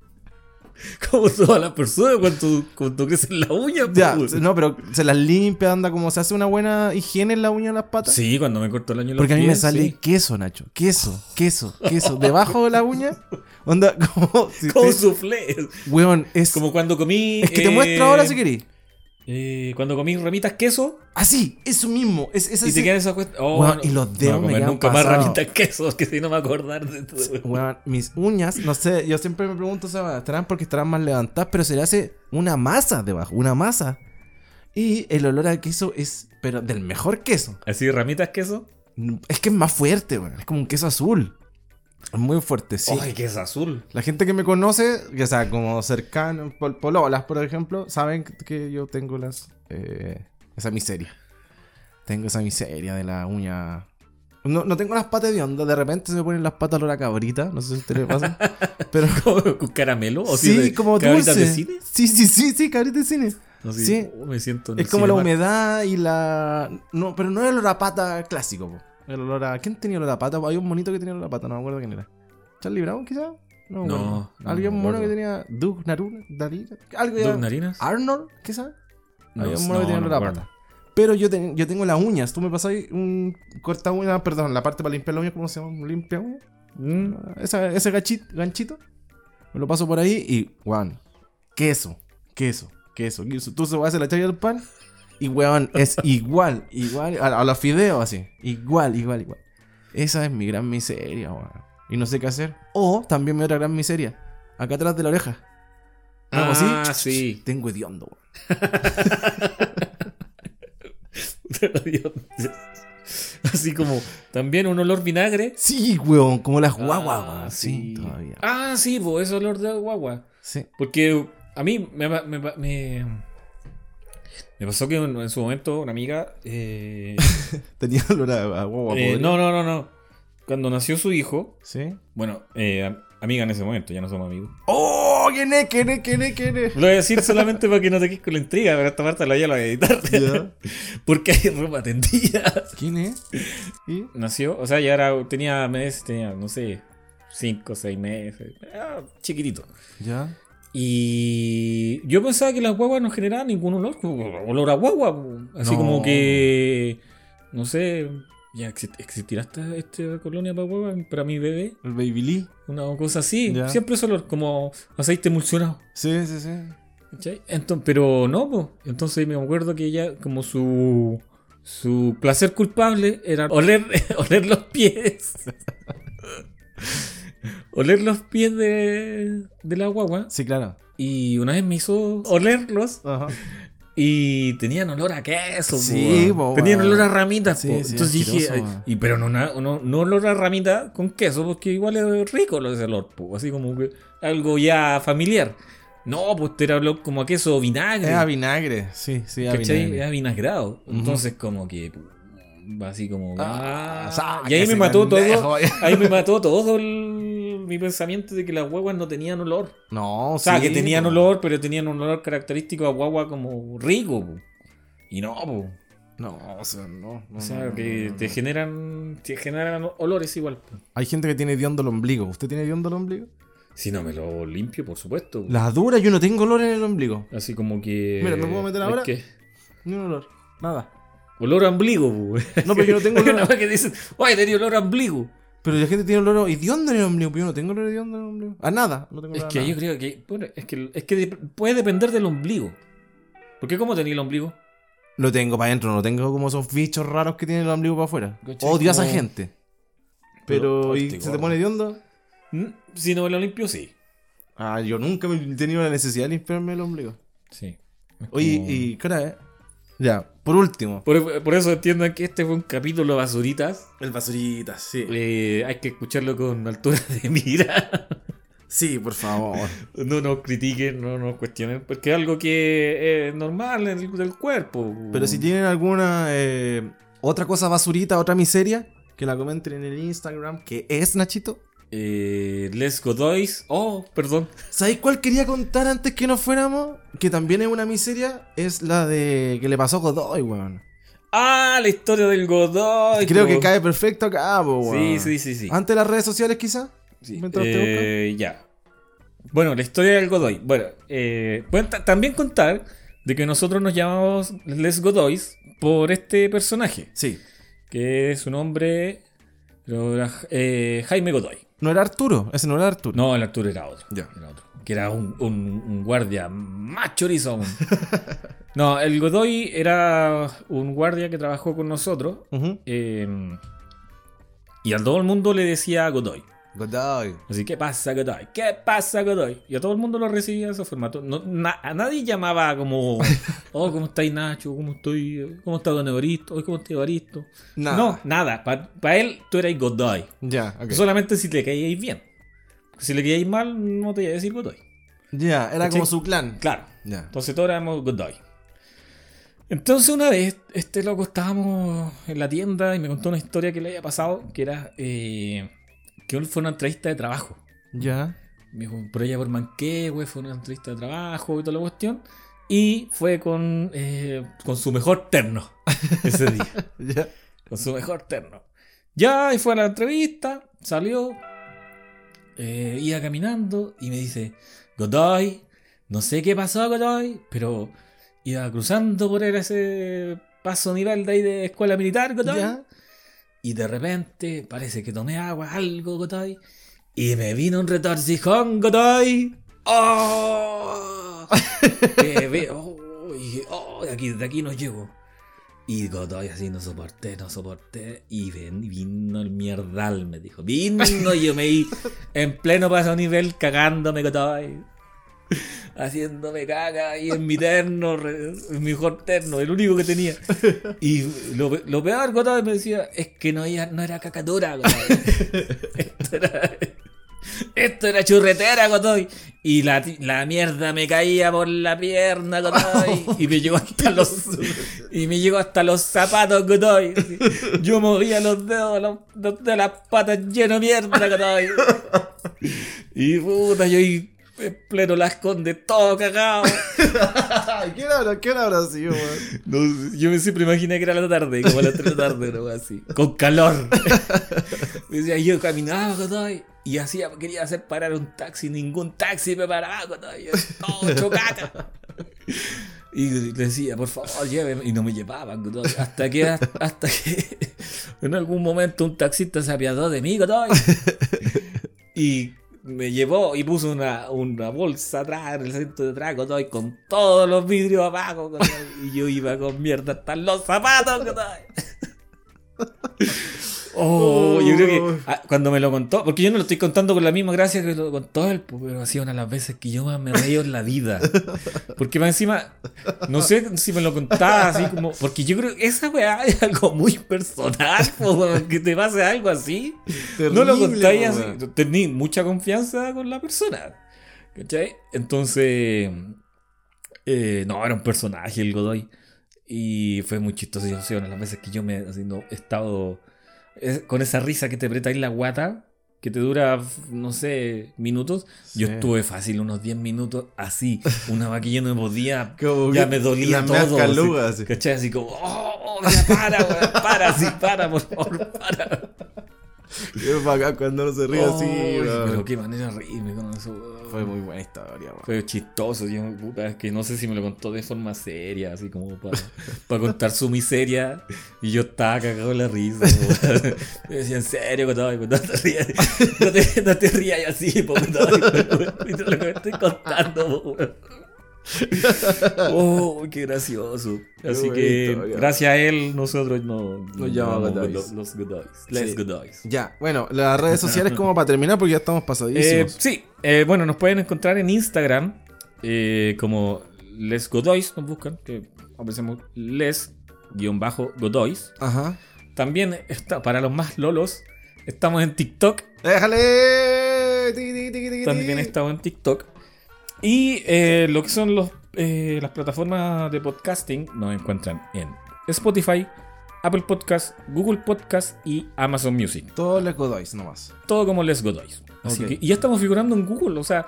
Speaker 3: Como todas las personas cuando, cuando crecen la uña,
Speaker 2: ya.
Speaker 3: pues.
Speaker 2: No, pero se las limpia, anda como se hace una buena higiene en la uña de las patas.
Speaker 3: Sí, cuando me corto el año
Speaker 2: Porque a mí me sale queso, Nacho. Queso, queso, queso. Debajo de la uña. Onda, como. si
Speaker 3: Como
Speaker 2: te-
Speaker 3: soufflé.
Speaker 2: Weón, es.
Speaker 3: Como cuando comí.
Speaker 2: Es que te
Speaker 3: eh,
Speaker 2: muestro ahora si querés.
Speaker 3: eh, cuando comí ramitas queso
Speaker 2: Así, eso mismo. Es, es
Speaker 3: y te
Speaker 2: así.
Speaker 3: queda esa cuesta. Oh,
Speaker 2: Weón, y los dedos
Speaker 3: no,
Speaker 2: me
Speaker 3: comer
Speaker 2: quedan
Speaker 3: nunca más
Speaker 2: pasados.
Speaker 3: ramitas queso, porque si no me voy a acordar de todo.
Speaker 2: Weón, mis uñas, no sé, yo siempre me pregunto, o sea, estarán porque estarán más levantadas, pero se le hace una masa debajo, una masa. Y el olor a queso es, pero del mejor queso.
Speaker 3: Así, ramitas queso.
Speaker 2: Es que es más fuerte, weón, es como un queso azul. Es muy fuerte, sí.
Speaker 3: ¡Ay, que es azul!
Speaker 2: La gente que me conoce, ya sea como cercano, pol pololas, por ejemplo, saben que yo tengo las. eh, esa miseria. Tengo esa miseria de la uña. No, no tengo las patas de onda, de repente se me ponen las patas olor a cabrita, no sé si a usted le pasa. Pero.
Speaker 3: ¿Como ¿Con caramelo? ¿O
Speaker 2: sí,
Speaker 3: si Oh, de-
Speaker 2: como
Speaker 3: cabritas
Speaker 2: dulce.
Speaker 3: de cine?
Speaker 2: Sí, sí, sí, sí, cabrita de cine.
Speaker 3: No, sí,
Speaker 2: Sí.
Speaker 3: oh, me siento en
Speaker 2: es
Speaker 3: el
Speaker 2: como la
Speaker 3: Cinemark.
Speaker 2: humedad y la. No, pero no el olor a pata clásico, po. El olor a. ¿Quién tenía olor a pata? Hay un monito que tenía olor a pata, no me acuerdo quién era. ¿Charlie Brown, quizás? No, me
Speaker 3: No,
Speaker 2: acuerdo.
Speaker 3: no
Speaker 2: Alguien
Speaker 3: me
Speaker 2: mono que
Speaker 3: acuerdo.
Speaker 2: tenía. Doug Naruna, Darina. Algo
Speaker 3: ¿Dos
Speaker 2: ya.
Speaker 3: narinas?
Speaker 2: Arnold, quizás.
Speaker 3: No,
Speaker 2: Había un
Speaker 3: no,
Speaker 2: mono que tenía
Speaker 3: no
Speaker 2: olor a
Speaker 3: recuerdo.
Speaker 2: pata. Pero yo, ten- yo tengo las uñas. Tú me pasas ahí un corta uña, perdón, la parte para limpiar la uña, ¿cómo se llama? ¿Un limpia uña?
Speaker 3: Mm,
Speaker 2: Esa- ese gachit- ganchito. Me lo paso por ahí y, weón, queso, queso, queso, queso. Tú se vas a hacer la chaya del pan y, weón, es igual, igual a, a los fideos así. Igual, igual, igual. Esa es mi gran miseria, weón. Y no sé qué hacer. O también mi otra gran miseria. Acá atrás de la oreja. Hago así,
Speaker 3: Ah, sí.
Speaker 2: Tengo hediondo, weón.
Speaker 3: Así como también un olor vinagre.
Speaker 2: Sí, weón, como las guaguas,
Speaker 3: Ah,
Speaker 2: weón. Sí, todavía.
Speaker 3: Ah, sí, pues es olor de guagua.
Speaker 2: Sí.
Speaker 3: Porque a mí me, me, me- me pasó que en, en su momento una amiga. eh,
Speaker 2: Tenía olor a, a guagua.
Speaker 3: eh,
Speaker 2: podrida.
Speaker 3: no, no, no, no. Cuando nació su hijo,
Speaker 2: Sí.
Speaker 3: bueno, eh, am- amiga en ese momento, ya no somos amigos.
Speaker 2: ¡Oh! ¿Quién es? ¿Quién es? ¿Quién es? ¿Quién es?
Speaker 3: Lo voy a decir solamente para que no te quedes con la intriga, pero esta parte la voy a la voy a editar.
Speaker 2: Ya.
Speaker 3: Porque hay ropa tendida.
Speaker 2: ¿Quién es? ¿Y?
Speaker 3: Nació, o sea, ya era, tenía meses, tenía, no sé, 5, 6 meses, ah, chiquitito.
Speaker 2: ¿Ya?
Speaker 3: Y yo pensaba que las guaguas no generaban ningún olor, olor a guagua, así
Speaker 2: No.
Speaker 3: como que, no sé, ya exi- existirá esta, esta colonia para guagua, para mi bebé,
Speaker 2: ¿El Baby Lee?
Speaker 3: una cosa así,
Speaker 2: Ya.
Speaker 3: siempre es olor como aceite emulsionado.
Speaker 2: Sí, sí, sí.
Speaker 3: ¿Cachai? Enton- pero no, po. entonces me acuerdo que ella, como su su placer culpable era oler, oler los pies. oler los pies de, de la guagua.
Speaker 2: Sí, claro.
Speaker 3: Y una vez me hizo olerlos
Speaker 2: Ajá.
Speaker 3: y tenían olor a queso.
Speaker 2: Sí,
Speaker 3: po,
Speaker 2: po,
Speaker 3: weón. Tenían
Speaker 2: weón.
Speaker 3: olor a ramitas.
Speaker 2: Sí,
Speaker 3: po.
Speaker 2: sí,
Speaker 3: Entonces dije,
Speaker 2: asqueroso,
Speaker 3: ay,
Speaker 2: weón.
Speaker 3: y, pero no, na- no, no olor a ramita con queso, porque igual es rico lo- ese olor. po. Así como que algo ya familiar. No, pues te era olor como a queso vinagre.
Speaker 2: Es a vinagre, sí, sí, a
Speaker 3: ¿Cachai?
Speaker 2: vinagre.
Speaker 3: Era vinagrado.
Speaker 2: Ujú.
Speaker 3: Entonces, como que. pu, Así como.
Speaker 2: Ah,
Speaker 3: ah,
Speaker 2: sáquese,
Speaker 3: y ahí me mató
Speaker 2: pendejo.
Speaker 3: todo. Ahí me mató todo el- mi pensamiento de que las guaguas no tenían olor.
Speaker 2: No,
Speaker 3: O sea,
Speaker 2: sí,
Speaker 3: que tenían
Speaker 2: po.
Speaker 3: olor, pero tenían un olor característico a guagua como rico. pu. Y no, pu.
Speaker 2: No, o sea, no. no,
Speaker 3: O sea,
Speaker 2: no, no,
Speaker 3: que
Speaker 2: no,
Speaker 3: te
Speaker 2: no.
Speaker 3: generan. Te generan olores igual. pu.
Speaker 2: Hay gente que tiene hediondo el ombligo. ¿Usted tiene hediondo el ombligo?
Speaker 3: Si no me lo limpio, por supuesto. pu.
Speaker 2: La dura, yo no tengo olor en el ombligo.
Speaker 3: Así como que.
Speaker 2: Mira, ¿me puedo meter
Speaker 3: es
Speaker 2: ahora?
Speaker 3: que-
Speaker 2: Ni un olor. Nada.
Speaker 3: Olor a ombligo, pu.
Speaker 2: No, pero yo no tengo olor.
Speaker 3: Una
Speaker 2: a-
Speaker 3: vez que dicen, oye, tenía olor a ombligo.
Speaker 2: Pero la gente tiene olor a hediondo en el ombligo. Pero yo no tengo olor a hediondo en el ombligo. A nada. No tengo
Speaker 3: Es
Speaker 2: olor a
Speaker 3: que
Speaker 2: nada.
Speaker 3: yo creo que. bueno, es que, es que de- puede depender del ombligo. Porque ¿cómo tenía el ombligo?
Speaker 2: Lo tengo para adentro. No tengo como esos bichos raros que tienen el ombligo para afuera.
Speaker 3: ¿Cachai?
Speaker 2: Odio a esa
Speaker 3: Como-
Speaker 2: gente. Pero,
Speaker 3: Pero,
Speaker 2: ¿y
Speaker 3: hostia,
Speaker 2: se te
Speaker 3: gordo.
Speaker 2: pone hediondo?
Speaker 3: Mm, Si no me lo limpio, sí.
Speaker 2: Ah, yo nunca me- he tenido la necesidad de limpiarme el ombligo.
Speaker 3: Sí.
Speaker 2: Oye, y cara, eh. Ya, por último.
Speaker 3: Por, por eso entiendan que este fue un capítulo basuritas.
Speaker 2: El basurita, sí.
Speaker 3: Eh, hay que escucharlo con altura de mira.
Speaker 2: Sí, por favor.
Speaker 3: No nos critiquen, no nos cuestionen. Porque es algo que es normal en el- del cuerpo.
Speaker 2: Pero si tienen alguna eh, otra cosa basurita, otra miseria, que la comenten en el Instagram, que es Nachito.
Speaker 3: Eh, Les Godoys. Oh, perdón.
Speaker 2: ¿Sabéis cuál quería contar antes que nos fuéramos? Que también es una miseria, es la de que le pasó a Godoy, weón.
Speaker 3: Ah, la historia del Godoy.
Speaker 2: Creo que
Speaker 3: po.
Speaker 2: cae perfecto acá, po, weón.
Speaker 3: Sí, sí, sí, sí.
Speaker 2: Antes las redes sociales, quizás.
Speaker 3: Sí.
Speaker 2: Mientras te
Speaker 3: Eh, ya. Bueno, la historia del Godoy. Bueno, eh, pueden ta- también contar de que nosotros nos llamamos Les Godoys por este personaje,
Speaker 2: Sí.
Speaker 3: que su nombre pero era, eh, Jaime Godoy.
Speaker 2: No era Arturo, ese no era Arturo.
Speaker 3: No, el actor era otro.
Speaker 2: Ya.
Speaker 3: Era otro. Que era un, un- un guardia más chorizo aún. no, el Godoy era un guardia que trabajó con nosotros.
Speaker 2: Ujú.
Speaker 3: eh, y a todo el mundo le decía Godoy.
Speaker 2: Godoy.
Speaker 3: Así, ¿qué pasa, Godoy? ¿Qué pasa, Godoy? Y a todo el mundo lo recibía de esa forma. To- no- na- a nadie llamaba como, oh, ¿cómo estáis, Nacho? ¿Cómo estoy? ¿Cómo está Don Evaristo? "Oye, ¿Cómo está Evaristo?
Speaker 2: Nada.
Speaker 3: No, nada. Para él, tú eras Godoy.
Speaker 2: Ya, ok.
Speaker 3: Solamente si le caíais bien. Si le caíais mal, no te iba a decir Godoy.
Speaker 2: Ya, era como
Speaker 3: ¿Cachai?
Speaker 2: su clan.
Speaker 3: Claro.
Speaker 2: Ya.
Speaker 3: Entonces todos éramos Godoy. Entonces una vez, este loco estábamos en la tienda y me contó una historia que le había pasado, que era eh, que él fue a una entrevista de trabajo.
Speaker 2: Ya.
Speaker 3: Me dijo, por allá por Manquehue, fue una entrevista de trabajo y toda la cuestión. Y fue con, eh, con su mejor terno ese día.
Speaker 2: Ya.
Speaker 3: con su mejor terno. Ya, y fue a la entrevista, salió, eh, iba caminando y me dice, Godoy, no sé qué pasó, Godoy, pero iba cruzando por el- ese paso nivel de ahí de escuela militar, Godoy.
Speaker 2: Ya.
Speaker 3: Y de repente parece que tomé agua, algo, Godoy. Y me vino un retorcijón, Godoy. ¡Oh! que veo. oh, y dije, oh, de aquí, de aquí no llego. Y Godoy así no soporté, no soporté. Y ven- vino el mierdal, me dijo. Vino y yo me di en pleno paso a nivel cagándome, Godoy. Haciéndome caga y en mi terno, re- en mi mejor terno, el único que tenía. Y lo, pe- lo peor, Godoy me decía, es que no, era- no era cacadura, Godoy. Esto era, esto era churretera, Godoy. Y la, ti- la mierda me caía por la pierna, Godoy. Y me llegó hasta los, y me llegó hasta los zapatos, Godoy. Yo movía los dedos, los, los- de las patas lleno de mierda, Godoy. Y puta, yo ahí en pleno las conde todo cagado.
Speaker 2: ¿Qué hora, qué hora habrá sido, weón?
Speaker 3: No, yo me siempre imaginé que era la tarde, como a las 3 de la tarde, no así. Con calor. Me decía, yo caminaba, Godoy, y hacía, quería hacer parar un taxi, ningún taxi me paraba, Godoy. Yo, Todo chocaca. Y le decía, por favor, lléveme. Y no me llevaban, Godoy. Hasta que, hasta que en algún momento un taxista se apiadó de mí, Godoy. Y me llevó y puso una, una bolsa atrás en el centro de atrás, Godoy, con todos los vidrios abajo, Godoy. Y yo iba con mierda hasta los zapatos, Godoy. Oh, como yo creo que ah, cuando me lo contó, porque yo no lo estoy contando con la misma gracia que lo contó él, pues, pero ha sido una de las veces que yo más me reío en la vida. Porque más encima, no sé si me lo contaba así como, porque yo creo que esa weá es algo muy personal, po, weón, que te pase algo así. no lo contáis así, tení mucha confianza con la persona. ¿Cachai? Entonces, eh, no, era un personaje el Godoy. Y fue muy chistoso. Yo sé, una de las veces que yo me así, no, he estado es- con esa risa que te aprieta ahí la guata, que te dura, no sé, minutos. Yo
Speaker 2: Sí.
Speaker 3: estuve fácil unos 10 minutos así. Una vaquilla no podía. Ya me dolía
Speaker 2: la
Speaker 3: todo.
Speaker 2: mea
Speaker 3: así,
Speaker 2: caluga, así.
Speaker 3: ¿Cachai? Así como, oh, ya para, weón, para, sí, para, por favor, para.
Speaker 2: Es bacán cuando uno se ríe así.
Speaker 3: Ay,
Speaker 2: weón.
Speaker 3: pero qué manera de reírme con eso. weón.
Speaker 2: Fue muy buena historia, weón.
Speaker 3: Fue chistoso, yo, puta, es que no sé si me lo contó de forma seria, así como para contar su miseria. Y yo estaba cagado en la risa. weón. Me decía, en serio, Godoy, weón, no te rías, no te, no te rías así, po, Godoy, weón, y te lo que me estoy contando. po, weón. Oh, qué gracioso. Así
Speaker 2: buena
Speaker 3: que
Speaker 2: historia.
Speaker 3: gracias a él, nosotros no, no
Speaker 2: llamamos
Speaker 3: llamamos
Speaker 2: Godoys.
Speaker 3: Godo- los Godoys. Les
Speaker 2: Sí.
Speaker 3: Godoys.
Speaker 2: Ya, bueno, las redes sociales como para terminar porque ya estamos
Speaker 3: Eh,
Speaker 2: pasadísimos.
Speaker 3: sí, eh, bueno, nos pueden encontrar en Instagram eh, como Les Godoys, nos buscan, que aparecemos les-godoys.
Speaker 2: Ajá.
Speaker 3: También está, para los más lolos, estamos en TikTok,
Speaker 2: ¡Déjale! Tiqui, tiqui, tiqui, tiqui,
Speaker 3: también
Speaker 2: tiqui.
Speaker 3: estamos en TikTok. Y eh, lo que son los, eh, las plataformas de podcasting nos encuentran en Spotify, Apple Podcast, Google Podcast y Amazon Music.
Speaker 2: Todo le godois nomás.
Speaker 3: todo como Les Godoys. Así
Speaker 2: Ok.
Speaker 3: que, y ya estamos figurando en Google, o sea,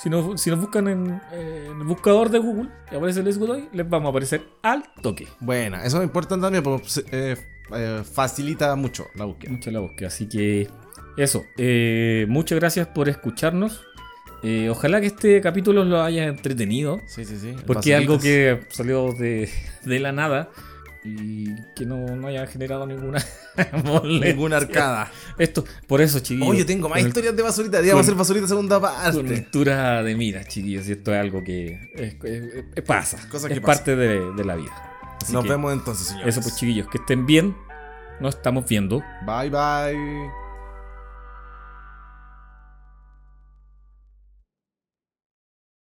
Speaker 3: si nos, si nos buscan en, eh, en el buscador de Google y aparece Les Godoy, les vamos a aparecer al toque.
Speaker 2: Buena, eso es importante también porque pues, eh, eh, facilita mucho la búsqueda.
Speaker 3: Mucha la búsqueda, así que eso. eh, muchas gracias por escucharnos. Eh, ojalá que este capítulo lo haya entretenido,
Speaker 2: Sí, sí, sí.
Speaker 3: porque es algo que salió de, de la nada y que no, no haya generado ninguna molestia.
Speaker 2: Ninguna arcada.
Speaker 3: Esto, por eso, chiquillos.
Speaker 2: Oye, tengo más
Speaker 3: con el
Speaker 2: historias de basurita. Ya va a ser basurita segunda parte.
Speaker 3: Cultura de miras, chiquillos. Y esto es algo que es- es- es- pasa.
Speaker 2: Cosa que
Speaker 3: es
Speaker 2: pasa.
Speaker 3: parte de, de la vida. pues, Así
Speaker 2: Nos
Speaker 3: que
Speaker 2: vemos entonces, señores.
Speaker 3: Eso pues, chiquillos. Que estén bien. Nos estamos viendo.
Speaker 2: Bye, bye.